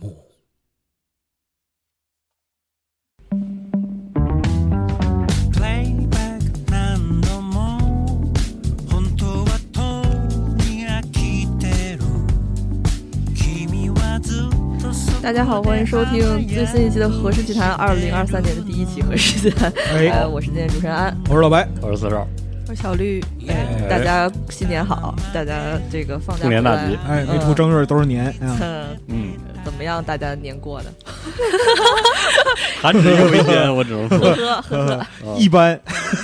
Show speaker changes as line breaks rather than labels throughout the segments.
幕。
Playback 何度も本当は遠に飽きてる君はずっとそこで
大家好，欢迎收听最新一期的《何氏奇谈》，二零二三年的第一期《何氏奇谈》。
哎
呃，，我是今天主持人安，
我是老白，
我是四少，
我是小绿。哎，大家新年好，大家这个放假
兔年大
回来
吉
哎，
嗯
未出正月都是年啊，
嗯，
嗯，
怎么样？大家年过的？
含指又一天，我只能说
呵呵，
嗯
一般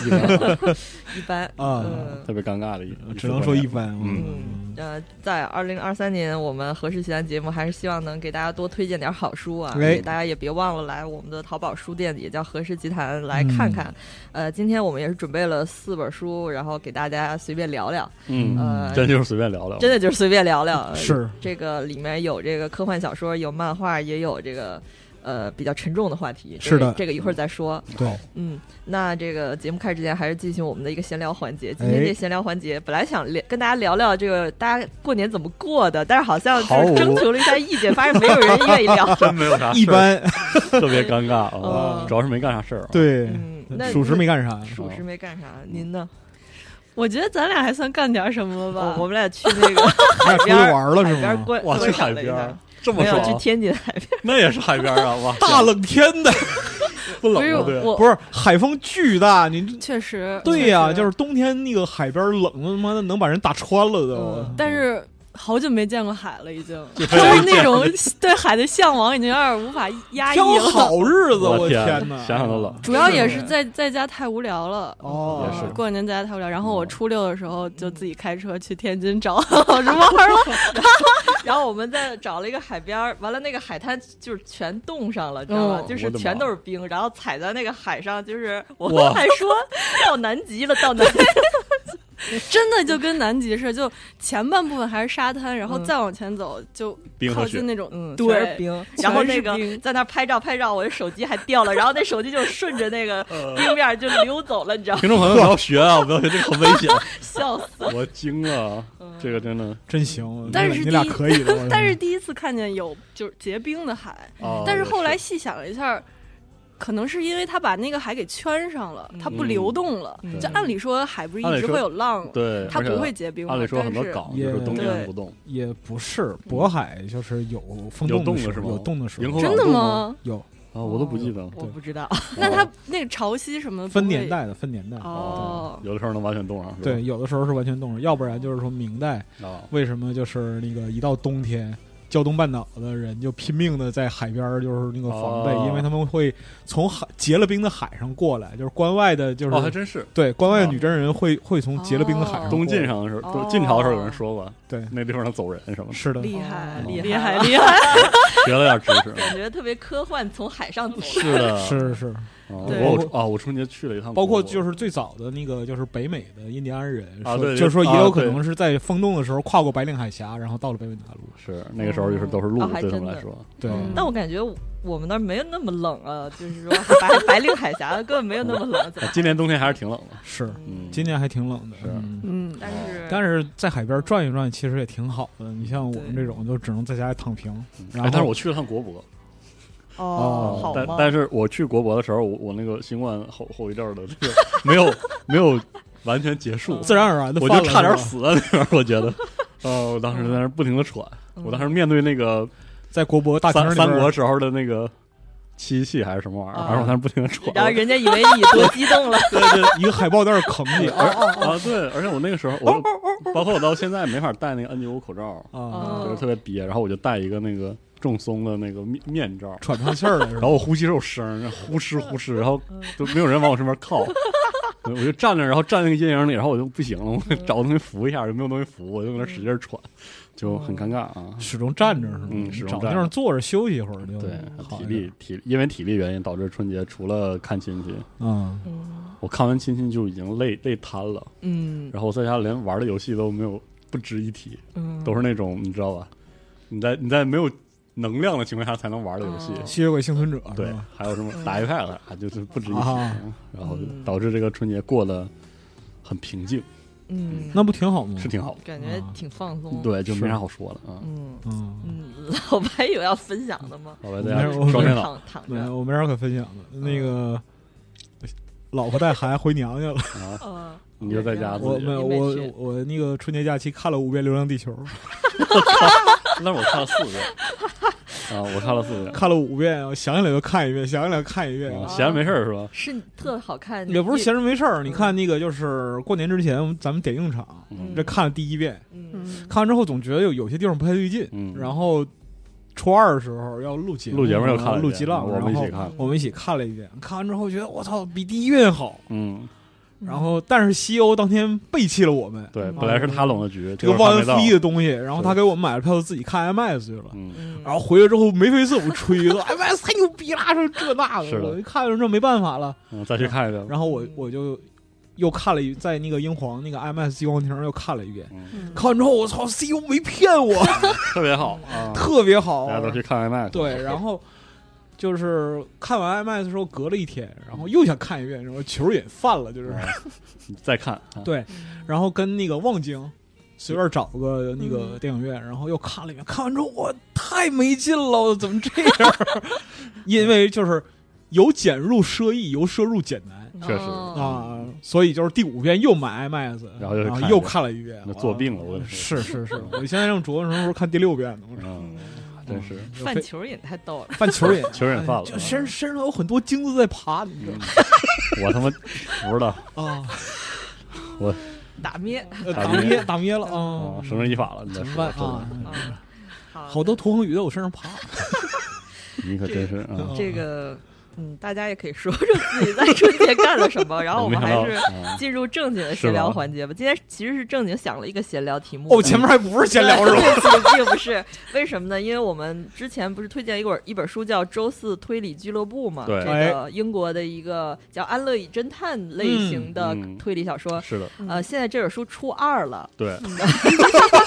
一般，
一般。
啊
嗯
特别尴尬的 一，
只能说一般。
嗯
嗯，呃，在二零二三年，我们《何氏奇谈》节目还是希望能给大家多推荐点好书啊，
哎
大家也别忘了来我们的淘宝书店，也叫《何氏奇谈》来
嗯
看看。呃，今天我们也是准备了四本书，然后给大家随便聊聊。
嗯，
呃，
真就是随便聊聊，
真的就是随便聊 聊。呃
是
这个里面有这个科幻小说，有漫画，也有这个呃比较沉重的话题。这
是
个
的
这个一会儿再说。
对，
嗯，那这个节目开始之前，还是进行我们的一个闲聊环节。今天
哎
这闲聊环节，本来想聊跟大家聊聊这个大家过年怎么过的，但是好像
毫
就是
无。
征求了一下意见，发现没有人愿意 聊
真没有啥，
一，般
特别尴尬啊
嗯，
主要是没干啥事儿啊，
对，
嗯，那
属实没干啥。嗯
属实没干啥。您呢？
我觉得咱俩还算干点什么吧。
我我们俩去那个
俩 出去
边儿
玩了是
哎
海边
吗？
观
哇，去
观
海
赏了一
边儿
下，
啊这么
没
啊
有去
爽，
天津海边。
那也是海边儿啊，哇，
大冷天的，
不冷
不是
吗？对啊，
我，
不是海风巨大，你
确实。
对呀，就是是冬天那个海边冷的，他妈的能把人打穿了
嗯
都。
但是好久没见过海了，已经
就
哦嗯就是那种 对海的向往，已经有点无法压抑
挑
了。
好日子，
我
我
天
哪，
想想都冷
主要也是在在家太无聊了。
哦，
也是
过年在家太无聊，然后我初六的时候就自己开车去天津找老师玩了。
然后我们再找了一个海边儿，完了那个海滩就是全冻上了，知道吗？
嗯
就是
我的妈
全都是冰，然后踩在那个海上，就是 我
哇
还说到南极了，到南极
真的就跟南极似的，就前半部分还是沙滩，然后
嗯
再往前走就
冰和
靠
雪
近那种
嗯，
对
全是冰。然后那
全是
个
冰
在那儿拍照拍照，我的手机还掉了，然后那手机就顺着那 个
嗯
冰面就溜走了，你知道吗？
听众朋友不要学啊，不要学，这个很危 险，
笑死！
我惊了啊，
嗯
这个真的
真行，
但是
你俩
第一
可以 的。我
但是第一次看见有就是结冰的海，
啊，
但是
也
后来细想了一下，可能是因为他把那个海给圈上了，它不
嗯
流动了。
嗯
就按理说海不是
按
一
理
直
说
会有浪，
对，
它
而且
不会结冰嘛。
按理说很多
但是
港
也
就是冬天
对
不动，
也不是渤海，就是有风
有
动
动
的
的
时
是
候，
吗
有动的时
银
候
河，
真的吗？
有
啊，我都不记得了，
我不知道，
那
哦
它那个潮汐什么的不
分
会
年代的，分年代。
哦，
有的时候能完全冻啊上，是吧
对，有的时候是完全冻上，要不然就是说明代
啊，
为什么就是那个一到冬天，胶东半岛的人就拼命的在海边儿就是那个防备，
哦
因为他们会从海结了冰的海上过来，就是关外的，就是、
哦，还真是。
对关外的
哦
女真人会会从结了冰的海上
哦
过
东晋
来，
上的时候，
哦
东晋朝的时候有人说过，
对
那地方能走人什么的，
是的，
厉害
哦
厉
厉害
害
了
厉害！
学了点知识。
感觉特别科幻，从海上走。
是的，
是是，
啊
对
我我啊，我春节去了一趟
哦包
国，
括就是最早的那个就是北美的印第安人，
啊
说
对
就是说
啊
也有可
对
能是在风洞的时候跨过白令海峡，然后到了北美大陆，
是那个时候就是都是路
哦还
对他
真
们
的
来说，
对。
嗯
但我感觉我们那儿没有那么冷啊，就是 说白白令海峡根本没有那么冷，怎么
啊？今年冬天还是挺冷的，
是，
嗯，
今年还挺冷的，
是
嗯
嗯，
但是
但是在海边转一转，其实也挺好的。你像我们
对
这种，就只能在家里躺平。然
哎
后，
但是我去了趟国博，啊
哦
好
但
吗？
但是我去国博的时候，我我那个新冠后后遗症的这个没有没有完全结束，
嗯自然而然的，
我就差点，死在那边儿，我觉得，哦，我当时在那儿不停的喘，我当时面对那个
在国嗯博大厅
三
里边
三国时候的那个七系还是什么玩意儿，
啊
反正我在那儿不停的喘，
然后人家以为你多激动了，
对 对
一个海报在那儿啃 你
而啊对，而且我那个时候我包括我到现在没法戴那个 N95 口罩，
哦
啊，
就是特别憋，然后我就戴一个那个中松的那个面面罩，
喘不上气儿来是
然
吧？
后我呼吸是有声儿，呼哧呼哧，然后都没有人往我身边靠，我就站那儿，然后站那个阴影里，然后我就不行了，我找东西扶一下，就没有东西扶，我就搁那使劲儿喘，就很尴尬啊。
始终站着是吗？
嗯始终
找
站
地
着
方坐着休息一会儿啊就
对，
嗯好
体
一
力
点
体因为体力原因导致春节除了看亲戚，
嗯，
我看完亲戚就已经累累瘫了，
嗯
然后在家连玩的游戏都没有，不值一提，
嗯，
都是那种你知道吧？你在你在没有能量的情况下才能玩的游戏，
哦
吸血鬼幸存者
对
是吧？，
还有什么打 iPad 啊，就是不值一提，
啊
然后
嗯
导致这个春节过得很平静，
嗯，
那不挺好吗？
是挺好的。
感觉挺放松，，
对，就是没啥好说的啊。
嗯
嗯，
嗯，老白有要分享的吗？
好吧，大家
没有
装电脑，
躺躺
对
着，
我没啥可分享的。
嗯
那个老婆带孩子回娘家了，
嗯，
啊你就在家自
我
己
没。有
你没
我
去
我那个春节假期看了五遍《流浪地球》，
但是我看了四遍啊，我看了四 遍，
看了五遍，我想起来就看一遍，想起来看一遍。
啊闲着没事儿是吧？
是特好看，
也不是闲着没事儿，
嗯
你看那个就是过年之前，我们咱们点映场，
嗯
这看了第一遍，
嗯，
嗯，
看完之后总觉得有有些地方不太对劲，
嗯
然后初二的时候要录节目，
录节目又看了一遍
录激浪，
我们一起
然后
看，
我们一起看了一遍，看完之后觉得我操，比第一遍好。
嗯，
然后，但是西欧当天背弃了我们，
对，
嗯
本来是他拢的局，
这个
结果
忘
他
恩
没到
负义的东西，然后他
是
给我们买了票，自己看 IMAX 去了。
嗯，
嗯
然后回来之后眉飞色舞吹， 说 IMAX 太牛逼啦，说这那
是的
我一看这没办法了，
嗯再去看一遍吧。
然后我我就又看了一在那个英皇那个 IMAX 激光厅又看了一遍，
嗯，
看完之后我操，C U 没骗我，
特别好啊，
特别好
大，家都去看 IMAX。
对，然后。就是看完 IMAX 的时候隔了一天，然后又想看一遍，然后球也犯了，就是
嗯你再看，啊
对然后跟那个望京随便找个那个电影院，然后又看了一遍，看完之后我太没劲了，我怎么这样？ 因为就是由简入奢易，由奢入简难。
确实
哦
啊，所以就是第五遍又买 IMAX，
然后又看一遍
又看了一遍，啊
那作病了我跟你说
是是是，我现在正琢磨什么时候看第六遍呢，我
嗯，真是
说
范球也太逗了，
犯球瘾，
球瘾犯了啊
就身身上有很多精子在爬，你知道吗？
我他妈服了
啊，
打灭，
呃
打
打
晕
灭打灭了
啊，
啊，
绳之以法了，你再
怎么
说
办
真的
啊？？
啊好
好多驼峰鱼在我身上爬，
你可真是啊，
这个，嗯，大家也可以说说自己在春节干了 什么，然后我
没
们还
想到
是
啊
进入正经的闲
是
聊
吧
环节吧。今天其实是正经想了一个闲聊题目的，
哦，前面还不是闲聊是吧？
对对不起，并不是，为什么呢？因为我们之前不是推荐一本一本书叫《周四推理俱乐部》嘛，
对
这个英国的一个叫安乐椅侦探类型的
嗯嗯
推理小说。
是的，
呃，现在这本书初二了，
对，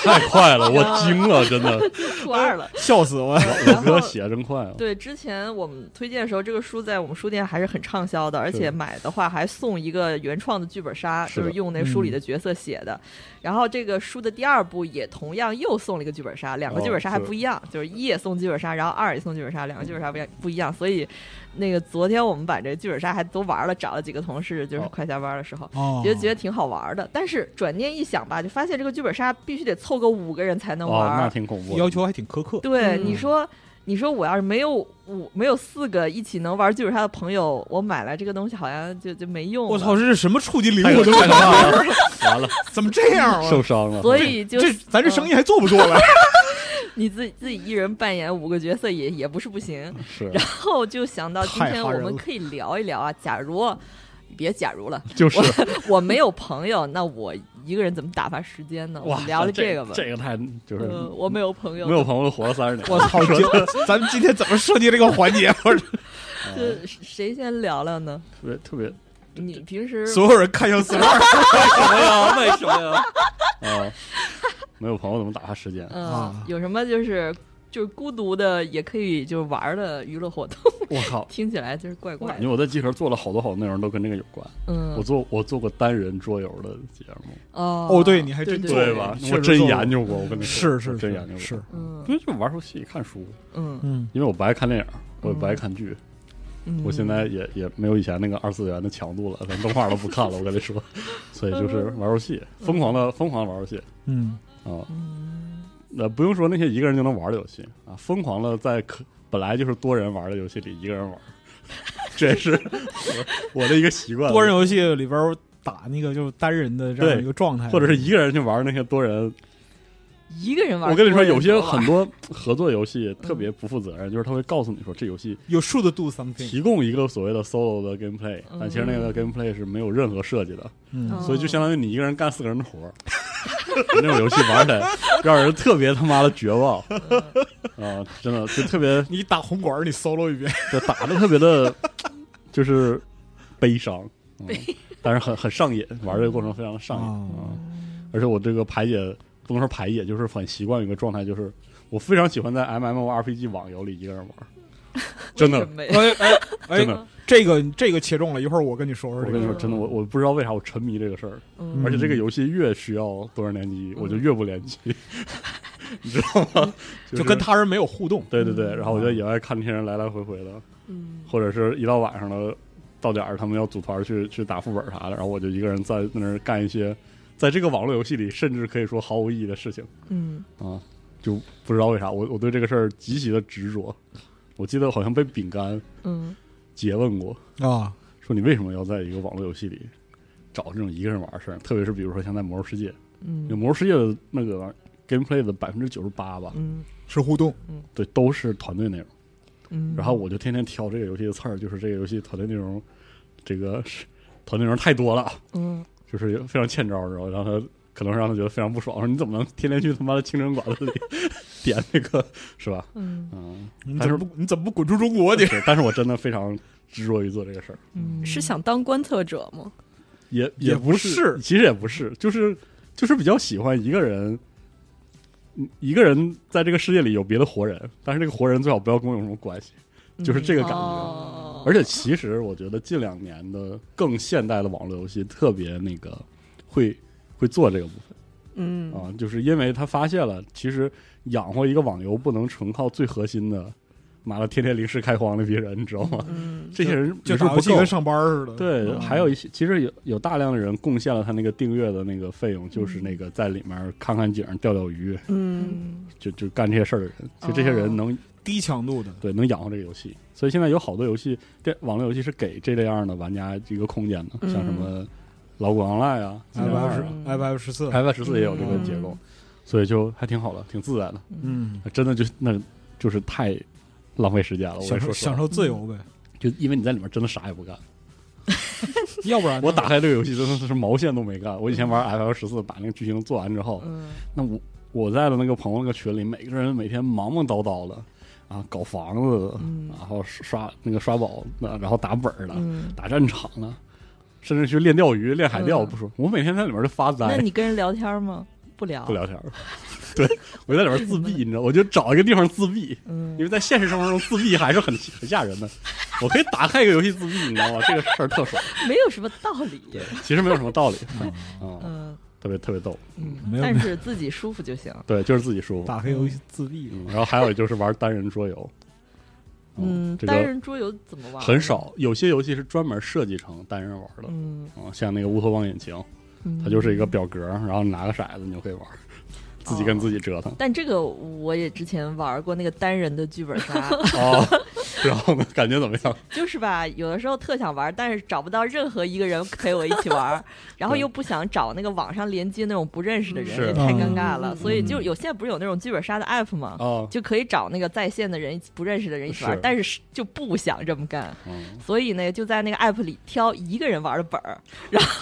太快了，我惊了，真的，
初二
嗯
了。
笑死我！
我哥写得真快啊，
对，之前我们推荐的时候，这个书在我们书店还是很畅销的，而
是
且买的话还送一个原创的剧本杀，
是
就
的嗯
是用那书里的角色写的。然后这个书的第二部也同样又送了一个剧本杀，两个
哦
剧本杀还
是
不一样，就是一也送剧本杀，然后二也送剧本杀，两个剧本杀不一样不一样。所以，那个昨天我们把这剧本杀还都玩了，找了几个同事，就是
哦
快下班的时候。
哦
觉得觉得挺好玩的，但是转念一想吧，就发现这个剧本杀必须得凑够五个人才能玩
哦
儿，，
那挺恐怖的，
要求还挺苛刻，
对，
嗯
你说，你说我要是没有五没有四个一起能玩剧本杀的朋友，我买来这个东西好像就就没用了。
我操，这是什么触及灵
太
魂
可
的问
太可
题？
怕了， 完了，
怎么这样啊？
受伤嗯了，
所以就
这
是
咱这生意还做不做了？
你自己自己一人扮演五个角色也也不是不行。
是
然后就想到今
嗯太
天
吓
我
人
们
了
可以聊一聊啊，假如别假如 了，
就是
我没有朋友，那我一个人怎么打发时间呢？我
哇
们，聊聊
这
个吧。
这个太就是
呃，我没有朋友，
没有朋友活了三十年，
我操！这咱们今天怎么设计这个环节？我这
啊
就谁先聊聊呢？
特别特别
你平时
所有人看向四十二
什么呀？为什么呀？啊，没有朋友怎么打发时间？
呃
啊
有什么就是就是孤独的也可以就是玩的娱乐活动？
我靠！
听起来就是怪
我
怪
感
的
觉。我在集合做了好多好多内容，都跟这个有关。
嗯
我，做我做过单人桌游的节目，
哦
哦对你还真
对
做
对
对
吧
确？实
我真
做过
研究过，我跟你说，
是是
我真研究过，
是，
嗯
因为就玩游戏、看书，
嗯
嗯
因为我不爱看电影，我也不爱看剧，
嗯
我现在也也没有以前那个二次元的强度了，连动画都不看了。我跟你 说，所以就是玩游戏，
嗯
疯狂的疯狂地玩游戏
嗯
啊。那不用说那些一个人就能玩的游戏啊，疯狂的在可本来就是多人玩的游戏里一个人玩，这也是我我的一个习惯。
多人游戏里边儿打那个就是单人的这样一个状态，
或者是一个人去玩那些多人
一个人玩，
我跟你说，
多人
有些
玩
很多合作游戏特别不负责任，就是他会告诉你说这游戏
you should do something，
提供一个所谓的 solo 的 gameplay，
嗯
但其实那个 gameplay 是没有任何设计的，
嗯
哦
所以就相当于你一个人干四个人的活儿。 那种游戏玩起来让人特别他妈的绝望
嗯
啊！真的就特别
你打红管儿你 solo 一遍，
就打的特别的，就是悲伤，嗯、但是很很上瘾，玩这个过程非常的上瘾
哦
嗯而且我这个排解不能说排解，就是很习惯一个状态，就是我非常喜欢在 MMORPG 网游里一个人玩， 真
为
的
什么 呀
哎哎哎
真，的，
这个这个切中了，一会儿我跟你说
我
说这个
跟你
事
说
儿。
真的，我我不知道为啥我沉迷这个事儿，
嗯
而且这个游戏越需要多人联机，我就越不联 机，你知道吗？
就跟。他人没有互动，
对对对，然后我就在
嗯
野外看那些人来来回回的，
嗯，
或者是一到晚上了，到点儿他们要组团去去打副本啥的，然后我就一个人在那儿干一些，在这个网络游戏里甚至可以说毫无意义的事情
嗯，
啊，就不知道为啥我我对这个事儿极其的执着。我记得好像被饼干
嗯，
诘问过，
啊，
说你为什么要在一个网络游戏里找这种一个人玩的事儿，特别是比如说像在魔兽世界，
嗯
有魔兽世界的那个 gameplay 的百分之九十八吧，
嗯
是互动，
对，都是团队内容。
嗯，
然后我就天天挑这个游戏的刺儿，就是这个游戏团队内容，这个是团队内容太多了，
嗯
就是有非常欠招，然后让他可能让他觉得非常不爽，我说你怎么能天天去他妈的清真馆子里 点那个是吧？
嗯
嗯，
你怎
但是
么不你怎么不滚出中 国去？
对但是我真的非常执着于做这个事儿，
嗯，
是想当观测者吗？
也
也
不
不是
其实也不是，就是就是比较喜欢一个人。嗯一个人在这个世界里有别的活人，但是这个活人最好不要跟我有什么关系，就是这个感觉。
哦，
而且其实我觉得近两年的更现代的网络游戏特别那个会会做这个部
嗯
分啊，就是因为他发现了，其实养活一个网游不能纯靠最核心的，妈的天天零食开荒那批人，你知道吗？
嗯
这些人
就
人数
打游
不
戏跟
够。
上班儿似的。
对，
嗯
还有一些，其实有有大量的人贡献了他那个订阅的那个费用，
嗯
就是那个在里面看看景、钓钓鱼，
嗯，
嗯
就就干这些事儿的人。就这些
哦
人能
低强度的，
对，能养活这个游戏。所以现在有好多游戏，这网络游戏是给这类样的玩家一个空间的，
嗯
像什么《老古王赖》啊，
i
这
p
样
f
啊
十 i p f 十四，
，iPad 十四也有这个结构，所以就还挺好的，挺自然的。
嗯，
真的就那就是太浪费时间了，我
享
跟
受
你说实话嗯
享受自由呗，
就因为你在里面真的啥也不干。
要不然呢
我打开这个游戏真的是毛线都没干。我以前玩 iPad 十四，把那个剧情做完之后，
嗯
那我我在的那个朋友那个群里，每个人每天忙忙叨叨的啊，搞房子的，
嗯
然后刷那个刷宝的，然后打本儿的，
嗯，
打战场呢，甚至去练钓鱼、练海钓，
嗯
不说，我每天在里面就发
那
呆，
你跟人聊天吗？ 不聊，
不，聊天儿。对，我就在里面自闭，你知道，我就找一个地方自闭，因
嗯
为在现实生活中自闭还是很很吓人的。我可以打开一个游戏自闭，你知道吗？这个事儿特爽，
没有什么道 理，
其实没有什么道理，啊，
嗯
特别特别逗。
嗯
没，有
但是自己舒服就行，
对，就是自己舒服。
打开游戏自闭，
嗯然后还有就是玩单人桌游，
嗯，
这
单
个
人桌游怎么玩？
很，少，有些游戏是专门设计成单人玩的。
嗯，
啊，像那个《乌托邦引擎》，
嗯
它就是一个表格，然后拿个骰子你就可以玩， 自己
哦
跟自己 折腾。
但这个我也之前玩过那个单人的剧本杀，
哦， 然后呢？感觉怎么样？
就是吧，有的时候特想玩，但是找不到任何一个人陪我一起 玩，然后又不想找那个网上连接那种不认识的人，
是
也太尴尬了。
嗯
所以就有现在不是有那种剧本杀的 app 吗？
哦，
就可以找那个在线的人一起，不认识的人一起玩，
是
但是是就不想这么干，
嗯，
所以呢，就在那个 app 里挑一个人玩的本儿，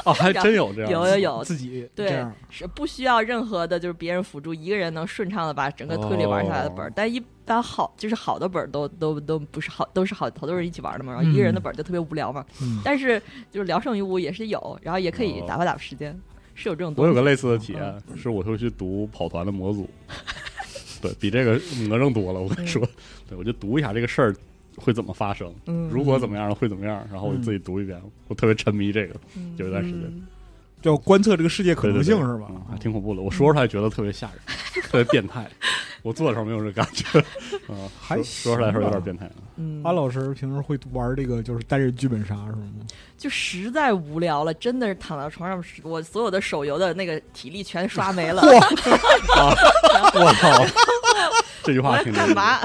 哦，还真有这样
有有有，
自己这
对
样，
是不需要任何的，就是别人辅助，一个人能顺畅的把整个推理玩下来的本儿。
哦
但一般好，就是好的本儿都都都不是好，都是好好多人一起玩的嘛，然
嗯
后一个人的本儿就特别无聊嘛。
嗯
但是就是聊胜于无也是有，然后也可以
哦
打发打发时间，是有这种
我有
东西。
个类似的体验，是我会去读跑团的 模组，对比这个魔怔多了。我跟你说， 对我就读一下这个事儿会怎么发生，
嗯
如果怎么样了会怎么样，然后我就自己读一遍。我特别沉迷这个，
嗯
有一段时间，
要观测这个世界可
对对
能
对嗯
性是吧？
嗯还挺恐怖的。我说出来觉得特别吓人，特别变态。我做的时候没有这感觉啊。
还
说说出来的时候有
行
点
吧
变态啊。
嗯，
安老师平时会玩这个就是单人剧本杀是吗？
就实在无聊了，真的是躺到床上，我所有的手游的那个体力全刷没了。
我操，这句
我
话
在
挺
干嘛？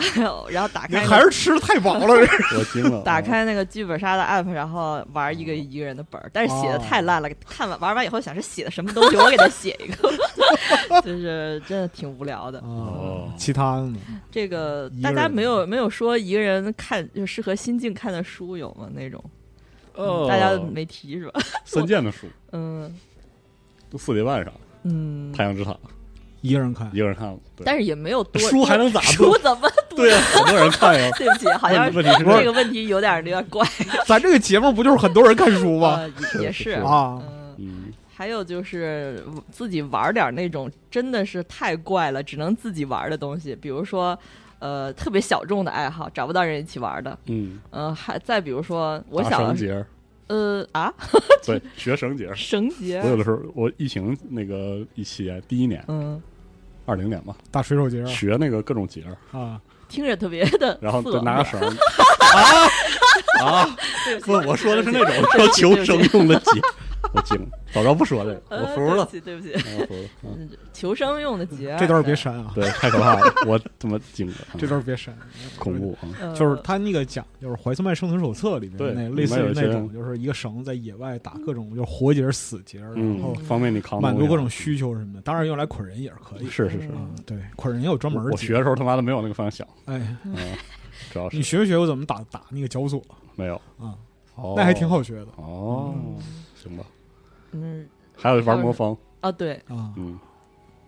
然后打开那
还是吃太饱了？这
我惊了。
打开那个剧本杀的 app，然后玩一个一个人的本儿，但是写的
哦
太烂了。看完玩完以后想是写的什么东西，我给他写一个， 就是真的挺无聊的。
哦
啊，其他的呢？
这个
一个
大
人
家没有没有说一个人看就适合新境看的书有吗？那种
哦
大家没提是吧？
三剑的书，
嗯
都四叠半上，
嗯，
《太阳之塔》
一个人看
一个人看了，对
但是也没有多
书还能咋
书怎么读？
对 啊，很多人看呀。
对不起，好像
问题是
这个问题有点有点怪
咱这个节目不就是很多人看书吗？
呃也也是
是
啊，
嗯。
嗯，
还有就是嗯自己玩点那种真的是太怪了，只能自己玩的东西，比如说，呃，特别小众的爱好，找不到人一起玩的。
嗯，
嗯，还再比如说，我
打
想
绳
的是，
结儿，
呃啊，
对，学绳结儿。
绳结
我，有的时候，我疫情那个一期啊第一年，
嗯，
二零年吧，
打水手节
学那个各种结儿，
啊，
听着特别的
然后
涩
就拿 个绳儿啊啊！不，我说的是那种说求生用的结，我惊了，早知道不说这个，
呃
我服了，
对不起，对不起，
我服了。嗯
嗯求生用的结，
这段别删啊，
对，太可怕了，我他妈惊了，
这段别删，
恐怖啊！
呃
就是他那个讲，就是《怀斯曼生存手册》里面
对
那类似
里面有
于
一些
那种，就是一个绳在野外打各种就是活结儿、死结儿，然
嗯
后，
方便你扛
满足各
东
种需求什么的。当然用来捆人也是可以
西。，是
嗯
是是，
啊，对，捆人也有专门儿
我
结
学的时候他妈的没有那个方向 想，
哎，
嗯，主要
你
是
学没学过怎么打打那个绞索
没有，
啊？
哦
那还挺好学的
哦，行吧。
嗯
还有玩魔方，
啊，对
啊。
嗯，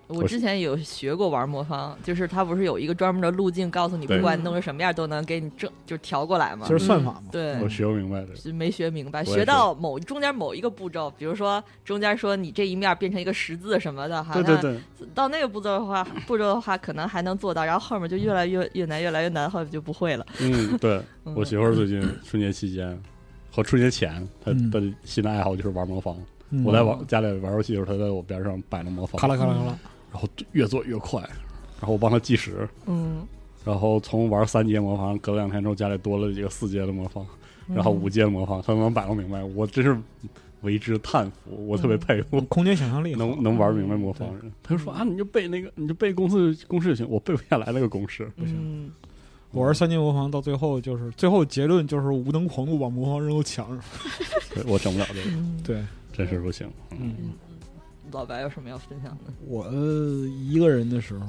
我
我
之前有学过玩魔方，就是它不是有一个专门的路径，告诉你
对
不管弄成什么样都能给你正就调过来嘛
其。实算法嘛，
对，
我学不明 白这个。
就没学明白，
我也
学到某中间某一个步骤，比如说中间说你这一面变成一个十字什么的哈，
对对 对，
那到那个步骤的话，步骤的话可能还能做到，然后后面就越来越越难，越来越难，后面就不会了。
嗯，对
嗯
我媳妇儿最近春节期间和春节前，她
嗯
她的新的爱好就是玩魔方。
嗯
我在玩家里玩游戏的时候，她在我边上摆了魔方
咔，啦咔啦咔啦，
然后越做越快，然后我帮她计时，
嗯，
然后从玩三阶魔方，隔了两天之后家里多了几个四阶的魔方，然后
嗯
五阶的魔方，他能摆弄明白，我真是为之叹服，我特
嗯
别佩服。
空间想象力好啊
能能玩明白魔方人，嗯他就说啊，你就背那个，你就背公式公式就行，我背不下来那个公式。
不
行，
我玩三阶魔方到最后就是最后结论就是无能狂怒把魔方扔到墙上，
对我整不了这个，
嗯，
对，
真是不行。
嗯，
老白有什么要分享的？
我呃一个人的时候，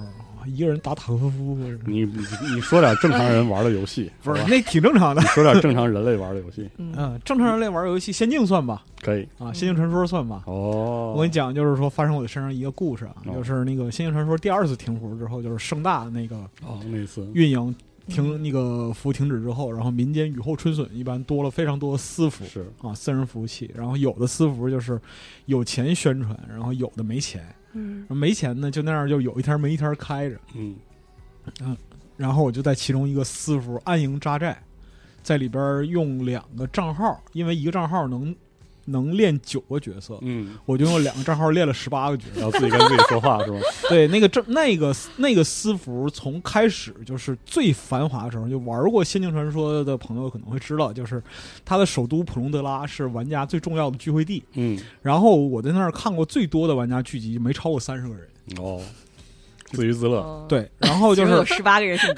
一个人打塔科夫或者什么
你你你说点正常人玩的游戏，
不是
好吧
那挺正常的
你，说点正常人类玩的游戏，
嗯
嗯，正常人类玩游戏，仙境算吧，
可以
啊，仙境传说算吧。
嗯哦。
我跟你讲，就是说发生我的身上一个故事啊，
哦
就是那个《仙境传说》第二次停服之后，就是盛大那个
哦，那次
运营停那个服务停止之后，然后民间雨后春笋一般多了非常多的私服
是
啊，私人服务器，然后有的私服就是有钱宣传，然后有的没钱，
嗯
没钱呢就那样就有一天没一天开着，
嗯
然后我就在其中一个私服暗营扎寨，在里边儿用两个账号，因为一个账号能能练九个角色，
嗯，
我就用两个账号练了十八个角色。
然后自己跟自己说话是吗？
对，那个正那个那个私服从开始就是最繁华的时候，就玩过《仙境传说》的朋友可能会知道，就是它的首都普隆德拉是玩家最重要的聚会地。
嗯
然后我在那儿看过最多的玩家聚集，没超过三十个人。
哦，自娱自乐，
哦，
对，然后就
其中有
是
十八个人是你，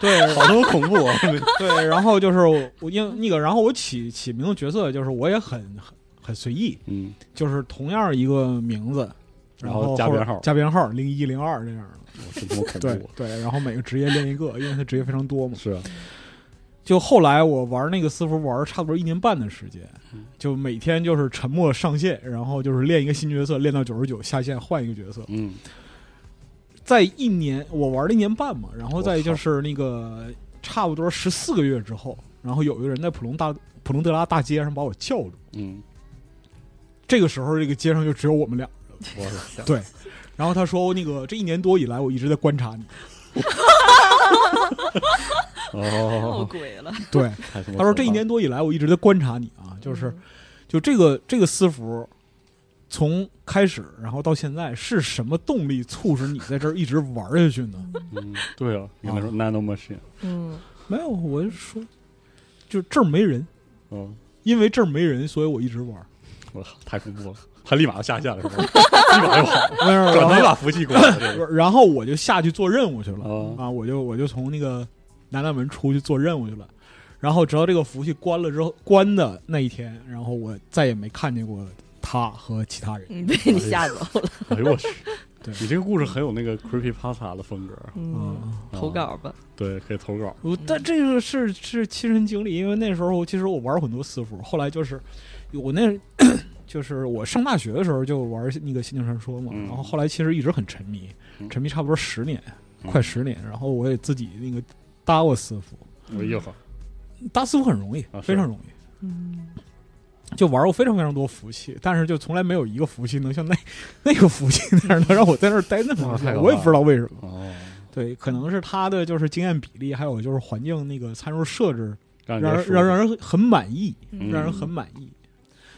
对，
好他妈恐怖啊！
对，然后就是我我因为那个，然后我起起名的角色就是我也很很很随意，
嗯，
就是同样一个名字，然
然后加
后
编号
加编号零一零二这样的。
我真他妈恐
对
怖。啊
对，然后每个职业练一个，因为他职业非常多嘛。
是啊，
就后来我玩那个私服玩差不多一年半的时间，
嗯
就每天就是沉默上线，然后就是练一个新角色，练到九十九下线换一个角色，
嗯
在一年我玩了一年半嘛，然后
我
在
靠
就是那个差不多十四个月之后，然后有一个人在普隆大普隆德拉大街上把我叫住，
嗯，
这个时候这个街上就只有我们俩，
我操，
对，然后他说哦那个这一年多以来我一直在观察你，
闹
哦，
鬼 了。
对，
太他 妈
他说
可怕
这一年多以来我一直在观察你啊，就是就这个这个私服。从开始，然后到现在，是什么动力促使你在这儿一直玩下去呢？
嗯，对啊，你跟他说 nano machine，
嗯，
没有，我就说，就这儿没人，
嗯，
因为这儿没人，所以我一直玩。
我靠，太恐怖了，他立马就下线了，是吧？立马就好了，
没有，
转
然
头
后
把服务器关了，这个
然后我就下去做任务去了、
哦
啊！我就我就从那个南大门出去做任务去了，然后直到这个服务器关了之后，关的那一天，然后我再也没看见过他和其他人。
你被你吓走了，
哎呦我去
对！
你这个故事很有那个 creepy pasta 的风格，
嗯，
啊，
啊
投稿吧，
对，可以投稿。
我但这个是是亲身经历，因为那时候其实我玩很多私服，后来就是我那 就是我上大学的时候就玩那个《心境传说》嘛，
嗯
然后后来其实一直很沉迷，
嗯
沉迷差不多十年，
嗯
快十年，然后我也自己那个搭过私服，
我一会儿
搭私服很容易
啊，
非常容易。
嗯，
就玩过非常非常多服务器，但是就从来没有一个服务器能像那那个服务器那样能让我在那儿待那么长时间，
啊哇太可怕了
我也不知道为
嗯
什么。
哦，
对，可能是它的就是经验比例，还有就是环境那个参数设置，
让
让
人
人让让人很满意，
嗯
让人很满意。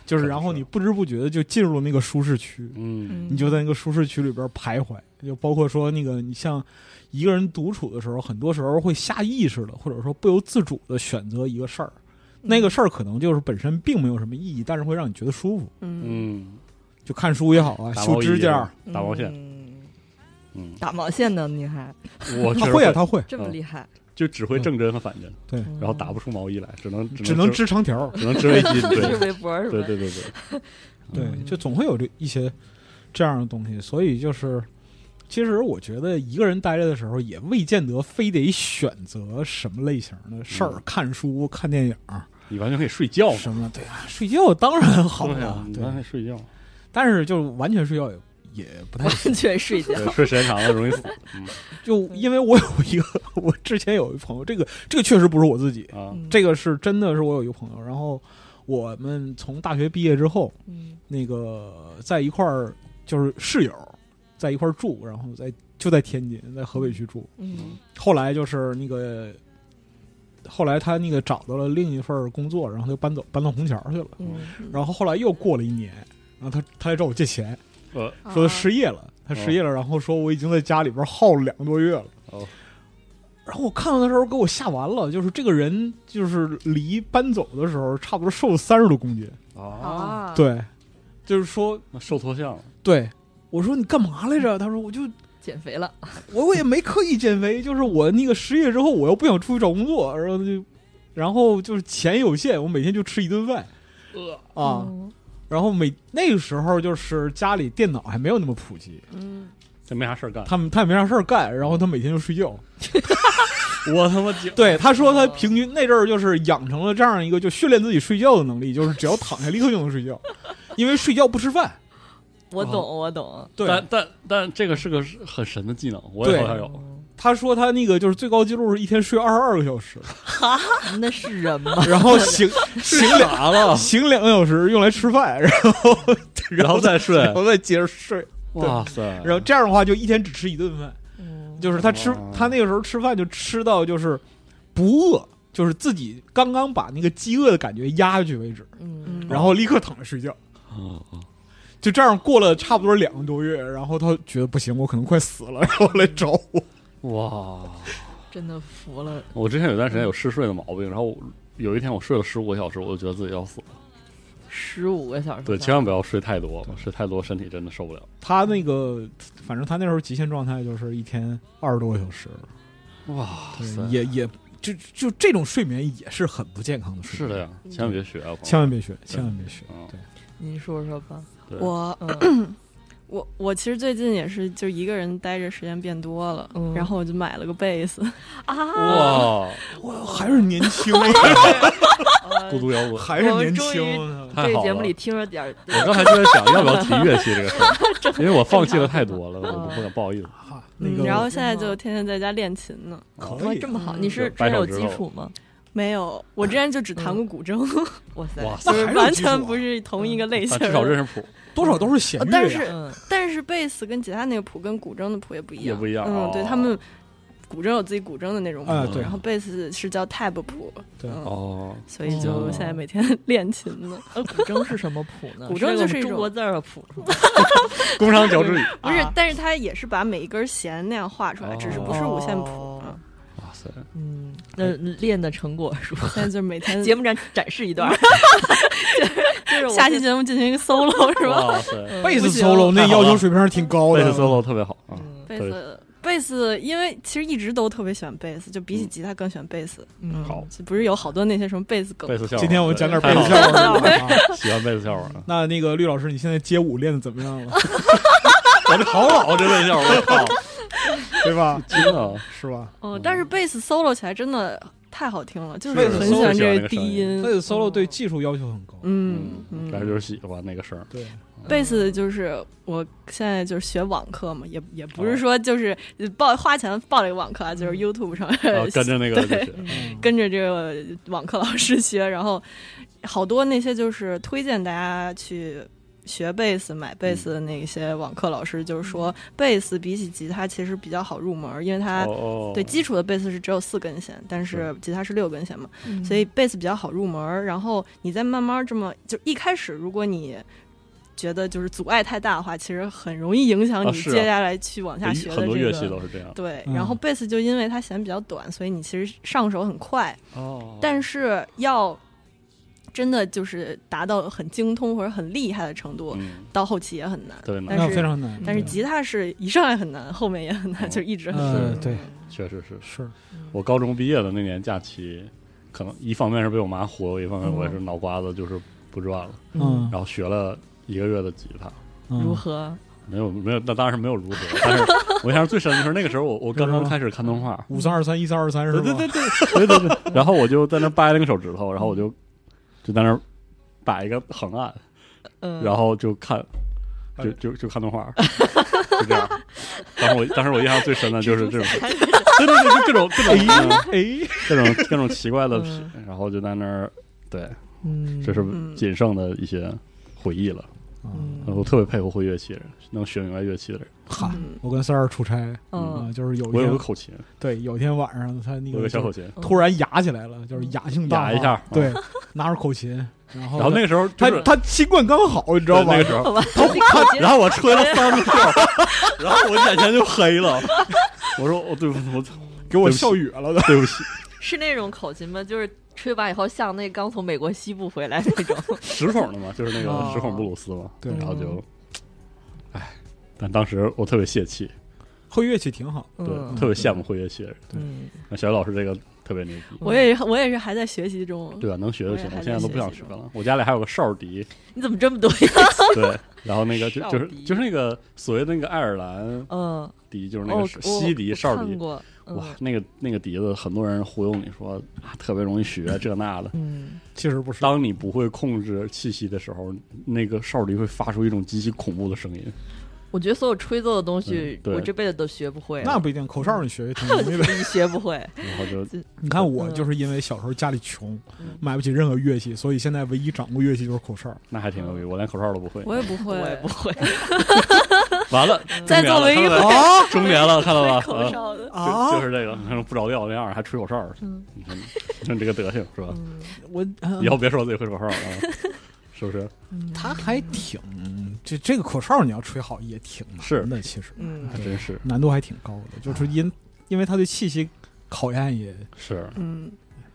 就是
可能
然后
是
你不知不觉的就进入那个舒适区，
嗯
你就在那个舒适区里边徘徊，就包括说那个你像一个人独处的时候，很多时候会下意识的或者说不由自主的选择一个事儿，那个事儿可能就是本身并没有什么意义，但是会让你觉得舒服，
嗯，
嗯，
就看书也好啊，
打
修
毛衣
指甲，
打毛线，
嗯
嗯，
打毛线呢？你还
我
他
确实
会啊，他会，
这么厉害，嗯
就只会正针和反针，
对，
然后打不出毛衣来，只能
只
能
能织长条，
只能织 围巾，
是
对
围脖是吧？
对对对对，
对
嗯，
就总会有这一些这样的东西，所以就是。其实我觉得一个人待着的时候，也未见得非得选择什么类型的事儿，
嗯
看书、看电影，
你完全可以睡觉嘛，
什么？对啊，睡觉当然好
对呀
了，
你
对
完，全睡觉，
但是就完全睡觉也也 不太行。
完全睡觉，
对，睡时间长了容易死，
就因为我有一个， 我之前有一朋友，这个这个确实不是我自己，
嗯啊，
嗯
这个是真的是我有一个朋友，然后我们从大学毕业之后，
嗯
那个在一块儿就是室友，在一块儿住，然后在就在天津，在河北区住，
嗯
后来就是那个。后来他那个找到了另一份工作，然后就搬走搬到虹桥去了。
嗯，
然后后来又过了一年，然后他他来找我借钱，
呃，
说
啊
失业了，他失业了，然后说我已经在家里边耗了两个多月了。
哦
然后我看到的时候给我吓完了，就是这个人就是离搬走的时候差不多瘦三十多公斤，
嗯
啊，
啊，
对，就是说
那瘦脱相了，
对。我说你干嘛来着？他说我就
减肥了，
我我也没刻意减肥，就是我那个失业之后，我又不想出去找工作，然后就，然后就是钱有限，我每天就吃一顿饭，啊，
嗯
然后每那个时候就是家里电脑还没有那么普及，
嗯，
这没啥事儿 干，
他们他也没啥事儿干，然后他每天就睡觉。
我他妈惊，
对，他说他平均那阵儿就是养成了这样一个就训练自己睡觉的能力，就是只要躺下立刻就能睡觉，因为睡觉不吃饭。
我懂我懂，
对，
但但但这个是个很神的技能，我也
对
好像有，
嗯
他说他那个就是最高记录是一天睡二十二个小时，
那是人吗？
然后醒醒两
啥了？
醒两个小时用来吃饭，然后
然后再 睡，
然后再接着睡，
哇塞！
然后这样的话就一天只吃一顿饭，
嗯
就是他吃
哦
他那个时候吃饭就吃到就是不饿，就是自己刚刚把那个饥饿的感觉压下去为止，
嗯
然后立刻躺下睡觉。
嗯嗯
就这样过了差不多两个多月，然后他觉得不行，我可能快死了，然 后来找我。
哇！
真的服了，
我之前有段时间有嗜睡的毛病，然后我有一天我睡了十五个小时，我就觉得自己要死了。
十五个小时，
对，千万不要睡太多，睡太多身体真的受不了。
他那个，反正他那时候极限状态就是一天二十多个小时，
哇
对
塞！
嗯也也就就这种睡眠也是很不健康的睡
是
眠。
的呀，千万别学啊！朋友
千万别学，千万别学。
嗯
对，
您说说吧，
对
我
嗯
我我其实最近也是就一个人待着时间变多了，
嗯
然后我就买了个贝斯，
啊，
哇，
我还是年轻，啊
呃
孤独摇 滚。
还是年轻。啊
太
这个
好
节目
了
里听着点儿，
我刚才就在想要不要提乐器这个事 儿，因为我放弃了太多了，我不敢不好意思。
啊那
嗯
个，
然后现在就天天在家练琴呢。
可以
这么好，
嗯
你是真有基础吗？
没有，我之前就只弹过古 筝，
哇塞，
哇
就
塞！
那还是有基
是
础啊
完全不是同一个类型
但
儿
至
的。
少认识谱，
多少都是啊弦乐呀。
呃但是
嗯
但是贝斯跟吉他那个谱跟古筝的谱也不一样，
也不一样
嗯，
哦
对他们。古筝有自己古筝的那种谱，
哎对
然后贝斯是叫 tab 谱，
对
嗯
哦，
所以就现在每天 练琴呢。
呃，古筝是什么谱呢？
古筝就是
那
一种
种中国字儿的谱是吗，
工商脚趾语，
不是
啊，
但是它也是把每一根弦那样画出来，只是不是五线谱。
哦
嗯
哇塞，
嗯，那练的成果如何？
现在就是每天
节目展展示一段 儿，就是我
下期节目进行一个 solo 是吧？
哇塞，
贝斯
不行
solo 那
太好
要
了
求水平是挺高
贝
的
斯 solo 特别好啊，
嗯
贝斯，贝斯，因为其实一直都特别喜欢贝斯，就比起吉他更喜欢贝斯。
嗯
好，
就不是有好多那些什么贝斯梗
贝，斯笑话。
今天我们讲点贝
对
斯
太
笑话啊。
好喜欢贝斯笑话啊，
那那个绿老师，你现在街舞练的怎么样了？
我这好老啊这贝斯笑话， 我靠，
对吧？
惊了。
是吧？
哦，但是贝斯 solo 起来真的太好听了，就是
贝斯
很喜欢
solo
这
喜欢那个
低
声音
音。
贝斯 solo 对技术要求很高。
嗯嗯，
但是就是喜欢那个声儿，
对，
贝斯就是我现在就是学网课嘛，也也不是说就是报花钱报了一个网课啊，就是 YouTube 上、
然后啊哦跟着那个就是
嗯
嗯
跟着这个网课老师学，然后好多那些就是推荐大家去学贝斯、买贝斯的那些网课老师，就是说贝斯比起吉他其实比较好入门，因为它
嗯哦哦，
对基础的贝斯是只有四根弦，但是吉他是六根弦嘛，
嗯
所以贝斯比较好入门儿。然后你再慢慢这么，就一开始如果你觉得就是阻碍太大的话，其实很容易影响
啊
你
是啊
接下来去往下
对
学的
很多
这
乐器
个。
都是这样。
对，
嗯
然后贝斯就因为它弦比较短，所以你其实上手很快，
哦
但是要真的就是达到很精通或者很厉害的程度，
嗯，
到后期也很难。
对，那
但
那
是
非常难。
但是
对
吉他是一上来很难，后面也很难，
嗯
就一直很难。
嗯，对，
确实是。
是
我高中毕业的那年假期，可能一方面是被我妈忽悠，一方面我也
嗯
是脑瓜子就是不转了，
嗯，
然后学了一个月的吉他。
嗯
如 何？
没有没有，那当然是没有如何。但是我印象最深的是那个时候我，我刚刚开始看动画，
五三二三一三二三是吧？
对对 对对对对。然后我就在那掰了个手指头，然后我就就在那儿摆一个横按，
嗯，
然后就看，就就就看动画，就这样。当时我当时我印象最 深的就是这种， 对对对，就各种各种嗯
哎，
各种各种奇怪的品，然后就在那儿，对，
嗯，
这是仅剩的一些回忆了。
嗯
我特别佩服会乐器的人，能学明白乐器的人。
啊嗨，我跟三儿出差
嗯
啊，就是有一
我有
天
个口琴，
对，有一天晚上他那
我哦有
个
个小口琴，
嗯
突然哑起来了，就是哑性大
哑一下
发对， 拿着口琴，然后
然后那个时候就
他
是
他新冠刚好，你知
对
道吧
那个？ 时候。
好吧，
然后我吹了三 个调儿，然后我眼前就黑了。 我说哦我对不起，我
给我笑哕了都。
对不起，
是那种口琴吗？就是吹完以后像那刚从美国西部回来 那种。
十孔的嘛，就是那
哦
个十孔布鲁斯嘛。
对
然后就，哎，但当时我特别泄气，
会乐器挺好，
对，
嗯
特别羡慕会乐器的人。
嗯，
那小雨老师这个特别牛逼。
我也我也是还在学习中。
对啊，能学就行
我。也
嗯
还
我
在
现在都不想学了。我家里还有个哨儿 笛，
你怎么这么多呀？
对，然后那个就
哨儿
就是
笛
就是那个所谓的那个爱尔兰
嗯，
笛，就是那
哦
个西笛、哨儿笛，
过，嗯
哇，那个那个笛子，很多人忽悠你说啊特别容易学这那的，
嗯，
其实不是。
当你不会控制气息的时候，那个哨笛会发出一种极其恐怖的声音。
我觉得所有吹奏的东西
嗯，对
我这辈子都学不会，
那不一定，口哨你学也挺容易的。
你学不会。
然后就
你看我
嗯
就是因为小时候家里穷，买不起任何乐器，所以现在唯一掌握乐器就是口哨。
那还挺牛逼，我连口哨都不会。
我也不会，
我也不会，
完 了，
在座唯一会
啊
中年了，看到吧？
口哨的。嗯
啊就就
啊！
是这个，你看不着调那样，还吹口哨，你看你看这个德行是吧？
我
嗯
以后别说自己会口哨了啊，是不是？
他还挺这这个口哨你要吹好也挺难的，其实
嗯
还真是
难度还挺高的，
啊
就是因因为他对气息考验也
是
嗯，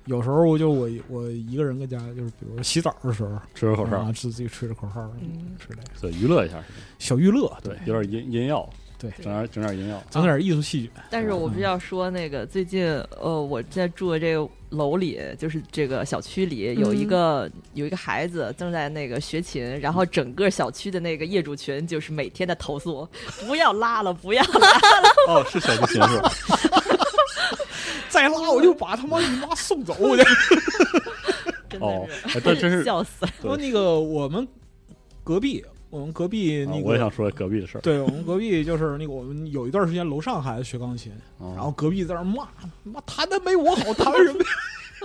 有时候我就我我一个人搁家，就是比如说洗澡的时候，
吹吹口哨
啊，，自己吹着口哨之类的，
对，娱乐一下，
小娱乐，
对，有点音音药，
对
整点整点音 药。
整点艺术细菌。
啊
但是我必须要说，那个最近，呃，我现在住的这个楼里，就是这个小区里
嗯
有一个、有一个孩子正在那个学琴，然后整个小区的那个业主群就是每天的投诉， 不要拉了，不要拉了，
哦，是小提琴 是吧？
再拉我就把他妈你妈送走我去。
真
哦
的是，
哎但真是
笑死了。
说那个我们隔壁，我们隔壁
啊
那
我
个，
也想说隔壁的事儿。
对我们隔壁就是那个我们有一段时间楼上孩子学钢琴，
然
然后隔壁在那骂，妈弹的没我好，弹什么呀？